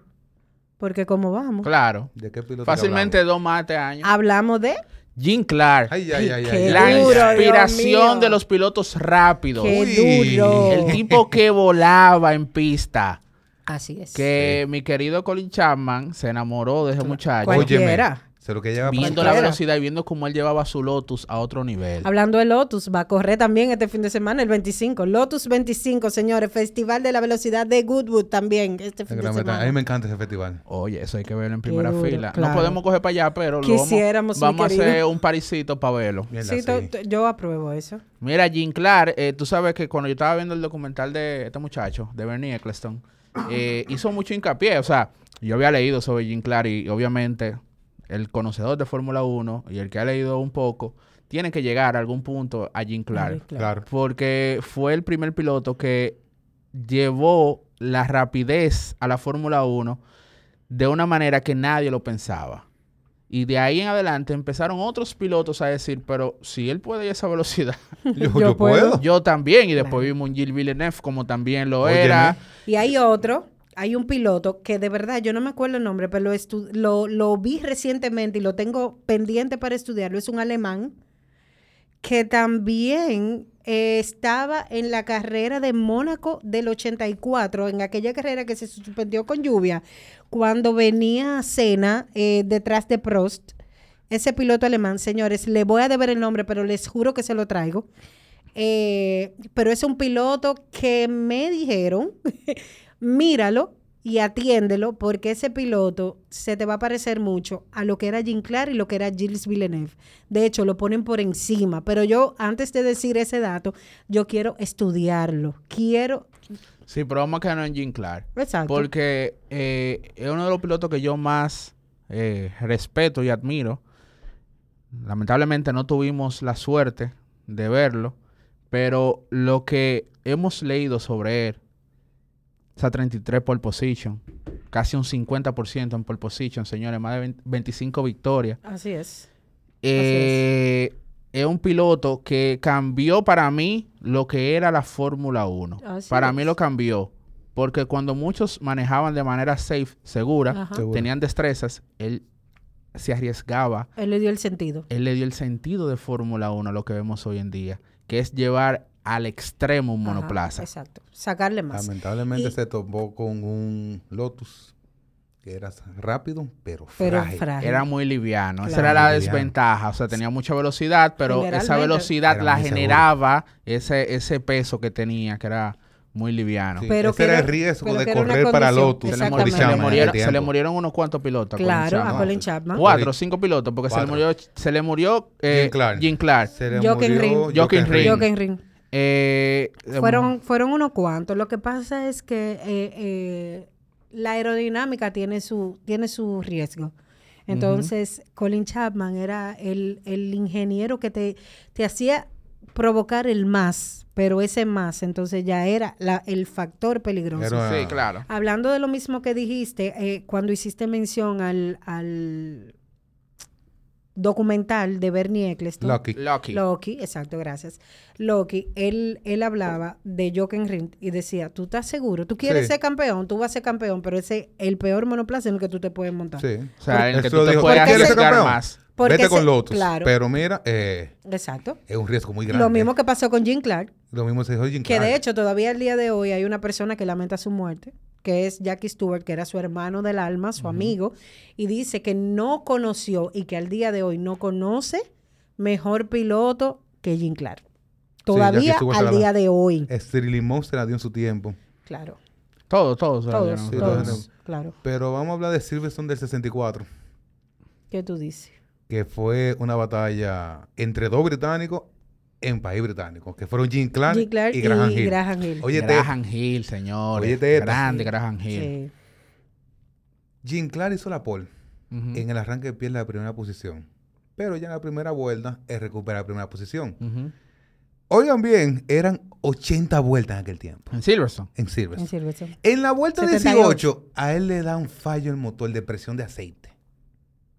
[SPEAKER 2] Porque como vamos,
[SPEAKER 4] Claro.
[SPEAKER 3] ¿De qué piloto
[SPEAKER 4] Fácilmente dos más este año.
[SPEAKER 2] hablamos de...
[SPEAKER 4] Jim Clark.
[SPEAKER 3] Ay, ay, ay,
[SPEAKER 2] Ah. Qué
[SPEAKER 3] ay.
[SPEAKER 4] la
[SPEAKER 3] ay.
[SPEAKER 2] duro, Dios
[SPEAKER 4] inspiración
[SPEAKER 2] mío.
[SPEAKER 4] de los pilotos rápidos.
[SPEAKER 2] ¡Qué
[SPEAKER 3] Uy.
[SPEAKER 2] duro!
[SPEAKER 4] El tipo que volaba en pista.
[SPEAKER 2] Así es.
[SPEAKER 4] Que mi querido Colin Chapman se enamoró de ese muchacho.
[SPEAKER 2] Cualquier-
[SPEAKER 3] Óyeme,
[SPEAKER 2] Cualquiera.
[SPEAKER 3] Se lo que lleva para
[SPEAKER 4] Viendo
[SPEAKER 3] acá.
[SPEAKER 4] la
[SPEAKER 2] Cualquiera.
[SPEAKER 4] velocidad y viendo cómo él llevaba su Lotus a otro nivel.
[SPEAKER 2] Hablando de Lotus, va a correr también este fin de semana, el 25. Lotus 25, señores. Festival de la Velocidad de Goodwood también este
[SPEAKER 3] La
[SPEAKER 2] fin de
[SPEAKER 3] gran verdad.
[SPEAKER 2] semana.
[SPEAKER 3] A mí me encanta ese festival.
[SPEAKER 4] Oye, eso hay que verlo en primera
[SPEAKER 2] duro,
[SPEAKER 4] fila. No
[SPEAKER 2] claro.
[SPEAKER 4] podemos coger para allá, pero lo vamos-
[SPEAKER 2] Quisiéramos, mi
[SPEAKER 4] vamos, a hacer
[SPEAKER 2] querido.
[SPEAKER 4] un parisito para verlo.
[SPEAKER 3] Mierda,
[SPEAKER 2] Sí,
[SPEAKER 3] sí.
[SPEAKER 2] to- to- yo apruebo eso.
[SPEAKER 4] Mira, Jim Clark, eh, tú sabes que cuando yo estaba viendo el documental de este muchacho, de Bernie Eccleston, eh, hizo mucho hincapié. O sea, yo había leído sobre Jim Clark y obviamente el conocedor de Fórmula 1 y el que ha leído un poco, tiene que llegar a algún punto a Jim Clark.
[SPEAKER 3] Claro.
[SPEAKER 4] Porque fue el primer piloto que llevó la rapidez a la Fórmula 1 de una manera que nadie lo pensaba. Y de ahí en adelante empezaron otros pilotos a decir, pero si él puede ir a esa velocidad,
[SPEAKER 3] Yo,
[SPEAKER 2] Yo puedo.
[SPEAKER 3] yo puedo.
[SPEAKER 4] yo también. Y después vimos un Gilles Villeneuve como también lo
[SPEAKER 3] Óyeme.
[SPEAKER 4] era.
[SPEAKER 2] Y hay otro, hay un piloto que de verdad yo no me acuerdo el nombre, pero lo, estu- lo, lo vi recientemente y lo tengo pendiente para estudiarlo. Es un alemán que también eh, estaba en la carrera de Mónaco del 84, en aquella carrera que se suspendió con lluvia, cuando venía Senna eh, detrás de Prost. Ese piloto alemán, señores, le voy a deber el nombre, pero les juro que se lo traigo. Eh, pero es un piloto que me dijeron, míralo y atiéndelo, porque ese piloto se te va a parecer mucho a lo que era Jim Clark y lo que era Gilles Villeneuve. De hecho, lo ponen por encima. Pero yo, antes de decir ese dato, yo quiero estudiarlo. Quiero.
[SPEAKER 4] Sí, pero vamos a quedarnos en Jim Clark.
[SPEAKER 2] Exacto.
[SPEAKER 4] Porque eh, es uno de los pilotos que yo más eh, respeto y admiro. Lamentablemente no tuvimos la suerte de verlo, pero lo que hemos leído sobre él, esa 33 pole position, casi un 50% en pole position, señores, más de 20 25 victorias.
[SPEAKER 2] Así es.
[SPEAKER 4] Eh, es un piloto que cambió para mí lo que era la Fórmula 1.
[SPEAKER 2] Así
[SPEAKER 4] para
[SPEAKER 2] es.
[SPEAKER 4] mí lo cambió. Porque cuando muchos manejaban de manera safe, segura,
[SPEAKER 2] Ajá.
[SPEAKER 3] Seguro.
[SPEAKER 4] tenían destrezas, él se arriesgaba.
[SPEAKER 2] Él le dio el sentido.
[SPEAKER 4] Él le dio el sentido de Fórmula 1 a lo que vemos hoy en día, que es llevar al extremo un
[SPEAKER 2] Ajá,
[SPEAKER 4] monoplaza.
[SPEAKER 2] exacto. Sacarle más.
[SPEAKER 3] Lamentablemente
[SPEAKER 2] Y-
[SPEAKER 3] se topó con un Lotus que era rápido, pero
[SPEAKER 2] Pero
[SPEAKER 3] frágil.
[SPEAKER 2] frágil.
[SPEAKER 4] Era muy liviano. Esa
[SPEAKER 2] Claro.
[SPEAKER 4] era la
[SPEAKER 3] Muy liviano.
[SPEAKER 4] desventaja. O sea, tenía mucha velocidad, pero esa
[SPEAKER 2] Generalmente.
[SPEAKER 4] velocidad
[SPEAKER 3] Era
[SPEAKER 4] la
[SPEAKER 3] muy seguro.
[SPEAKER 4] generaba ese, ese peso que tenía, que era muy liviano.
[SPEAKER 3] Sí,
[SPEAKER 2] Pero
[SPEAKER 3] ese
[SPEAKER 2] que
[SPEAKER 3] era el
[SPEAKER 2] era-
[SPEAKER 3] riesgo
[SPEAKER 2] pero
[SPEAKER 3] de
[SPEAKER 2] que era una
[SPEAKER 3] correr para
[SPEAKER 2] condición-
[SPEAKER 3] Lotus.
[SPEAKER 4] Se le,
[SPEAKER 2] Exactamente.
[SPEAKER 4] murió- se le
[SPEAKER 2] Chapman,
[SPEAKER 4] murieron,
[SPEAKER 3] en el
[SPEAKER 4] se le
[SPEAKER 3] tiempo.
[SPEAKER 4] murieron unos cuantos pilotos. a Colin
[SPEAKER 2] Claro,
[SPEAKER 4] Chapman.
[SPEAKER 2] a Colin Chapman.
[SPEAKER 4] Cuatro, cinco pilotos, porque se
[SPEAKER 3] Cuatro.
[SPEAKER 4] le murió, se le murió eh,
[SPEAKER 3] Jim Clark.
[SPEAKER 4] Jim Clark.
[SPEAKER 3] Se le
[SPEAKER 2] Jochen
[SPEAKER 3] murió
[SPEAKER 2] Rindt.
[SPEAKER 4] Jochen Rindt.
[SPEAKER 3] Rindt.
[SPEAKER 2] Yo que en ring.
[SPEAKER 4] Eh, eh,
[SPEAKER 2] Fueron, fueron unos cuantos. Lo que pasa es que eh, eh, la aerodinámica tiene su, tiene su riesgo. Entonces, Colin Chapman era el, el ingeniero que te, te hacía provocar el más, pero ese más, entonces ya era la- el factor peligroso.
[SPEAKER 3] Era-
[SPEAKER 4] Sí, claro.
[SPEAKER 2] Hablando de lo mismo que dijiste, eh, cuando hiciste mención al, al documental de Bernie Eccleston.
[SPEAKER 3] Lucky.
[SPEAKER 4] Lucky.
[SPEAKER 2] Loki, exacto, gracias. Loki, él, él hablaba de Jokenrind y decía, tú estás seguro, tú quieres
[SPEAKER 3] Sí.
[SPEAKER 2] ser campeón, tú vas a ser campeón, pero ese es el peor monoplaza en el que tú te puedes montar.
[SPEAKER 3] Sí.
[SPEAKER 4] O sea, en el que
[SPEAKER 3] Eso
[SPEAKER 4] tú te
[SPEAKER 3] dijo,
[SPEAKER 4] puedes
[SPEAKER 2] porque
[SPEAKER 3] ¿quieres ser
[SPEAKER 4] arriesgar
[SPEAKER 3] campeón?
[SPEAKER 4] más.
[SPEAKER 2] Porque
[SPEAKER 3] Vete con
[SPEAKER 2] se-
[SPEAKER 3] Lotus.
[SPEAKER 2] claro.
[SPEAKER 3] Pero mira, eh,
[SPEAKER 2] Exacto.
[SPEAKER 3] es un riesgo muy grande.
[SPEAKER 2] Lo mismo que pasó con Jim Clark,
[SPEAKER 3] Lo mismo se dijo Jim
[SPEAKER 2] que de
[SPEAKER 3] Clark.
[SPEAKER 2] hecho todavía el día de hoy hay una persona que lamenta su muerte, que es Jackie Stewart, que era su hermano del alma, su amigo, y dice que no conoció y que al día de hoy no conoce mejor piloto que Jim Clark. Todavía
[SPEAKER 3] Jackie Stewart se
[SPEAKER 2] al
[SPEAKER 3] la
[SPEAKER 2] día
[SPEAKER 3] da.
[SPEAKER 2] de hoy.
[SPEAKER 3] Eh, Sterling Limón se la dio en su tiempo.
[SPEAKER 2] Claro.
[SPEAKER 4] Todo, todo. se lo
[SPEAKER 2] Todos,
[SPEAKER 4] dieron.
[SPEAKER 3] Sí,
[SPEAKER 2] todos,
[SPEAKER 3] todos.
[SPEAKER 2] claro.
[SPEAKER 3] Pero vamos a hablar de Silverstone del 64,
[SPEAKER 2] ¿Qué tú dices?
[SPEAKER 3] que fue una batalla entre dos británicos en país británico, que fueron Jim Clark,
[SPEAKER 2] Jim Clark
[SPEAKER 3] y Graham Hill.
[SPEAKER 2] Graham Hill.
[SPEAKER 3] Oye, te-
[SPEAKER 4] Graham Hill, señor.
[SPEAKER 3] Oye, teta.
[SPEAKER 4] Grande Graham Hill.
[SPEAKER 2] Sí.
[SPEAKER 3] Jim Clark hizo la pole.
[SPEAKER 4] Ujú,
[SPEAKER 3] En el arranque pierde la primera posición. Pero ya en la primera vuelta, él recupera la primera posición.
[SPEAKER 4] ujú.
[SPEAKER 3] Oigan bien, eran 80 vueltas en aquel tiempo,
[SPEAKER 4] En Silverstone.
[SPEAKER 3] en
[SPEAKER 2] En
[SPEAKER 3] Silverstone.
[SPEAKER 2] Silverstone.
[SPEAKER 3] En la vuelta
[SPEAKER 2] 78.
[SPEAKER 3] 18, a él le da un fallo el motor de presión de aceite.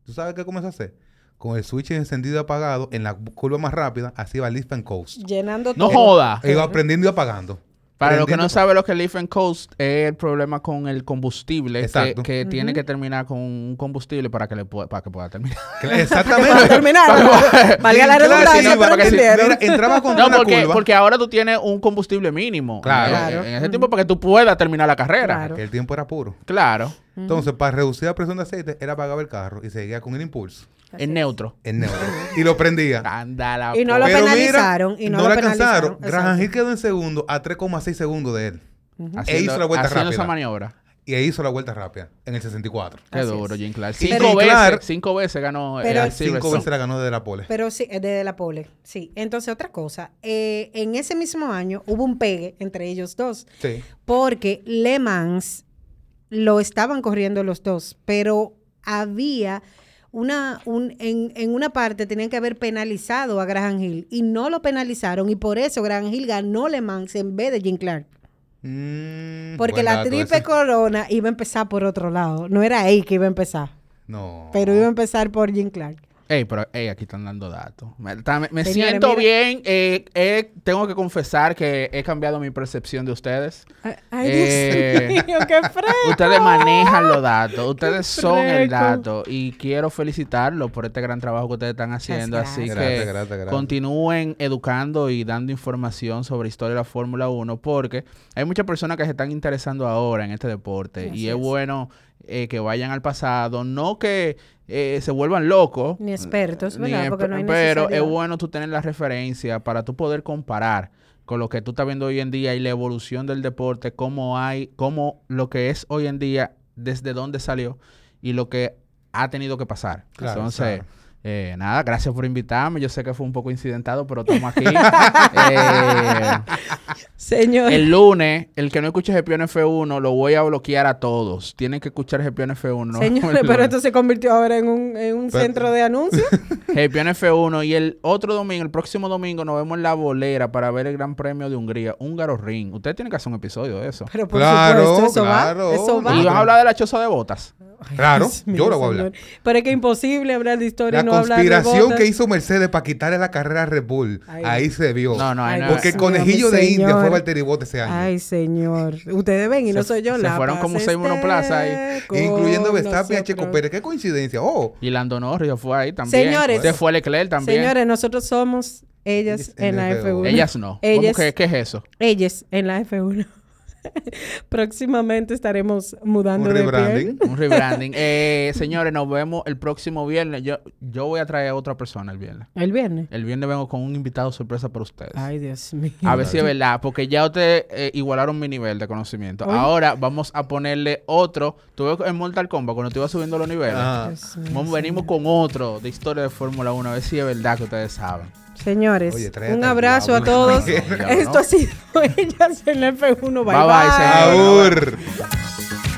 [SPEAKER 3] ¿Tú sabes qué comenzó a hacer? Con el switch encendido y apagado, en la curva más rápida, así va Lift and Coast.
[SPEAKER 2] Llenando
[SPEAKER 4] No
[SPEAKER 2] todo.
[SPEAKER 4] joda.
[SPEAKER 3] Iba aprendiendo y apagando.
[SPEAKER 4] Para los que no
[SPEAKER 3] Prendiendo-
[SPEAKER 4] saben lo que es Leaf and Coast es el problema con el combustible. que-
[SPEAKER 3] Exacto.
[SPEAKER 4] Que, tiene que terminar con un combustible para que, le pueda, para que pueda terminar.
[SPEAKER 3] Cla- Exactamente.
[SPEAKER 2] Terminaron. Valga la
[SPEAKER 3] Jim Clark,
[SPEAKER 2] redundancia,
[SPEAKER 3] sí,
[SPEAKER 4] no,
[SPEAKER 2] pero
[SPEAKER 4] porque sí,
[SPEAKER 2] entendieron.
[SPEAKER 3] mira, entraba con
[SPEAKER 4] No,
[SPEAKER 3] una
[SPEAKER 4] porque,
[SPEAKER 3] curva.
[SPEAKER 4] porque ahora tú tienes un combustible mínimo.
[SPEAKER 3] Claro.
[SPEAKER 4] eh,
[SPEAKER 3] Claro.
[SPEAKER 4] En ese tiempo para que tú puedas terminar la carrera.
[SPEAKER 2] Claro.
[SPEAKER 3] Que el tiempo era puro.
[SPEAKER 4] Claro.
[SPEAKER 3] Entonces, para reducir la presión de aceite, él apagaba el carro y seguía con el impulso
[SPEAKER 4] En neutro.
[SPEAKER 3] en neutro. y lo prendía.
[SPEAKER 4] Anda la
[SPEAKER 2] Y no
[SPEAKER 4] po-
[SPEAKER 2] lo
[SPEAKER 3] Pero mira,
[SPEAKER 2] penalizaron y no lo
[SPEAKER 3] alcanzaron.
[SPEAKER 2] penalizaron,
[SPEAKER 3] Graham
[SPEAKER 2] exacto.
[SPEAKER 3] Hill quedó en segundo a 3,6 segundos de él. E
[SPEAKER 4] haciendo-
[SPEAKER 3] hizo la vuelta
[SPEAKER 4] haciendo
[SPEAKER 3] rápida.
[SPEAKER 4] esa maniobra.
[SPEAKER 3] Y ahí hizo la vuelta rápida en el 64.
[SPEAKER 4] Qué
[SPEAKER 2] Así
[SPEAKER 4] duro,
[SPEAKER 2] es.
[SPEAKER 4] Jim Clark.
[SPEAKER 3] Y
[SPEAKER 4] Cinco
[SPEAKER 3] Jim
[SPEAKER 4] veces,
[SPEAKER 3] Clark-
[SPEAKER 4] cinco veces ganó eh,
[SPEAKER 2] Pero-
[SPEAKER 4] el
[SPEAKER 3] Cinco
[SPEAKER 4] Silverstone.
[SPEAKER 3] veces la ganó de la pole.
[SPEAKER 2] Pero sí, eh, desde la pole. Sí. Entonces, otra cosa. eh, en ese mismo año hubo un pegue entre ellos dos.
[SPEAKER 3] Sí.
[SPEAKER 2] Porque Le Mans lo estaban corriendo los dos, pero había una, un- en, en una parte tenían que haber penalizado a Graham Hill y no lo penalizaron y por eso Graham Hill ganó Le Mans en vez de Jim Clark.
[SPEAKER 3] Mm,
[SPEAKER 2] Porque
[SPEAKER 3] buen
[SPEAKER 2] la
[SPEAKER 3] dato
[SPEAKER 2] triple
[SPEAKER 3] ese.
[SPEAKER 2] corona iba a empezar por otro lado. No era ahí que iba a empezar,
[SPEAKER 3] No.
[SPEAKER 2] pero iba a empezar por Jim Clark.
[SPEAKER 4] Ey, pero ey, aquí están dando datos. Me, está- me- me
[SPEAKER 2] Señores,
[SPEAKER 4] siento
[SPEAKER 2] mira.
[SPEAKER 4] bien. eh, eh, tengo que confesar que he cambiado mi percepción de ustedes.
[SPEAKER 2] Ay,
[SPEAKER 4] Dios Eh,
[SPEAKER 2] Dios mío, qué
[SPEAKER 4] Ustedes manejan los datos, ustedes son el
[SPEAKER 2] freco.
[SPEAKER 4] dato y quiero felicitarlos por este gran trabajo que ustedes están haciendo.
[SPEAKER 2] Muchas
[SPEAKER 4] Así
[SPEAKER 2] gracias.
[SPEAKER 4] que
[SPEAKER 3] Gracias, gracias, gracias.
[SPEAKER 4] continúen educando y dando información sobre historia de la Fórmula 1 porque hay muchas personas que se están interesando ahora en este deporte
[SPEAKER 2] Así
[SPEAKER 4] y es,
[SPEAKER 2] es.
[SPEAKER 4] bueno eh, que vayan al pasado, no que eh, se vuelvan locos,
[SPEAKER 2] Ni expertos,
[SPEAKER 4] ni
[SPEAKER 2] ¿verdad?
[SPEAKER 4] en-
[SPEAKER 2] Porque no hay
[SPEAKER 4] pero es
[SPEAKER 2] necesidad.
[SPEAKER 4] bueno tú tener la referencia para tú poder comparar con lo que tú estás viendo hoy en día y la evolución del deporte, cómo hay, cómo lo que es hoy en día, desde dónde salió y lo que ha tenido que pasar.
[SPEAKER 3] Claro,
[SPEAKER 4] Entonces,
[SPEAKER 3] claro.
[SPEAKER 4] eh, nada, gracias por invitarme. Yo sé que fue un poco incidentado, pero estamos aquí. Eh,
[SPEAKER 2] Señor.
[SPEAKER 4] el lunes, el que no escuche Gepión F1, lo voy a bloquear a todos. Tienen que escuchar Gepión F1. ¿no?
[SPEAKER 2] Señores,
[SPEAKER 4] El
[SPEAKER 2] pero
[SPEAKER 4] lunes.
[SPEAKER 2] esto se convirtió ahora en un, en un
[SPEAKER 3] Pero-
[SPEAKER 2] centro de anuncios.
[SPEAKER 4] Gepión F1 y el otro domingo, el próximo domingo nos vemos en la bolera para ver el Gran Premio de Hungría, Húngaro Ring. Ustedes tienen que hacer un episodio de eso.
[SPEAKER 2] Pero por
[SPEAKER 3] Claro,
[SPEAKER 2] supuesto, eso
[SPEAKER 3] claro.
[SPEAKER 2] va. Eso va.
[SPEAKER 4] Y van a hablar de la choza de botas.
[SPEAKER 3] Claro,
[SPEAKER 2] Dios mío,
[SPEAKER 3] yo lo voy a hablar.
[SPEAKER 2] señor. Pero es que es imposible hablar de historia
[SPEAKER 3] La
[SPEAKER 2] y no hablar de
[SPEAKER 3] conspiración
[SPEAKER 2] botas.
[SPEAKER 3] que hizo Mercedes para quitarle la carrera a Red Bull.
[SPEAKER 2] Ay.
[SPEAKER 3] Ahí se vio.
[SPEAKER 4] No, no, ahí
[SPEAKER 2] Ay,
[SPEAKER 4] no.
[SPEAKER 3] Porque el
[SPEAKER 2] Dios mío,
[SPEAKER 3] conejillo de
[SPEAKER 2] mi
[SPEAKER 3] India fue
[SPEAKER 2] señor.
[SPEAKER 3] Valtteri Bottas ese este año.
[SPEAKER 2] Ay, señor. Ustedes ven y no
[SPEAKER 4] Se-
[SPEAKER 2] soy yo.
[SPEAKER 4] se
[SPEAKER 2] la
[SPEAKER 4] fueron
[SPEAKER 2] paz
[SPEAKER 4] como seis
[SPEAKER 2] esté
[SPEAKER 4] monoplazas ahí.
[SPEAKER 2] con
[SPEAKER 3] Incluyendo Verstappen y a Checo
[SPEAKER 2] nosotros.
[SPEAKER 3] Pérez. Qué coincidencia. Oh,
[SPEAKER 4] Y Lando Norris fue ahí también.
[SPEAKER 2] Señores.
[SPEAKER 4] Se fue Leclerc también.
[SPEAKER 2] Señores, nosotros somos ellas
[SPEAKER 3] En
[SPEAKER 2] en la
[SPEAKER 3] el F1.
[SPEAKER 2] F1.
[SPEAKER 4] Ellas no. ¿Cómo
[SPEAKER 2] Ellas,
[SPEAKER 4] que, ¿Qué es eso?
[SPEAKER 2] ellas en la F1. Próximamente estaremos mudando
[SPEAKER 3] un
[SPEAKER 2] de piel.
[SPEAKER 3] rebranding.
[SPEAKER 4] Un rebranding. Eh, señores, nos vemos el próximo viernes. Yo, yo voy a traer a otra persona el viernes.
[SPEAKER 2] El viernes.
[SPEAKER 4] El viernes vengo con un invitado sorpresa para ustedes.
[SPEAKER 2] Ay, Dios mío.
[SPEAKER 4] A ver si es verdad, porque ya ustedes eh, igualaron mi nivel de conocimiento. Ahora vamos a ponerle otro. Tú ves en Mortal Kombat, cuando tú ibas subiendo los niveles,
[SPEAKER 3] Ajá.
[SPEAKER 2] Ah,
[SPEAKER 4] vamos- venimos con otro de historia de Fórmula 1, a ver si es verdad que ustedes saben.
[SPEAKER 2] Señores,
[SPEAKER 3] Oye, tráete
[SPEAKER 2] un
[SPEAKER 3] al
[SPEAKER 2] abrazo a
[SPEAKER 3] diablo.
[SPEAKER 2] todos.
[SPEAKER 3] No,
[SPEAKER 4] diablo,
[SPEAKER 2] Esto
[SPEAKER 4] no.
[SPEAKER 2] ha sido Ellas en la F1.
[SPEAKER 4] Bye, bye,
[SPEAKER 2] bye.
[SPEAKER 4] señor.
[SPEAKER 3] Aur.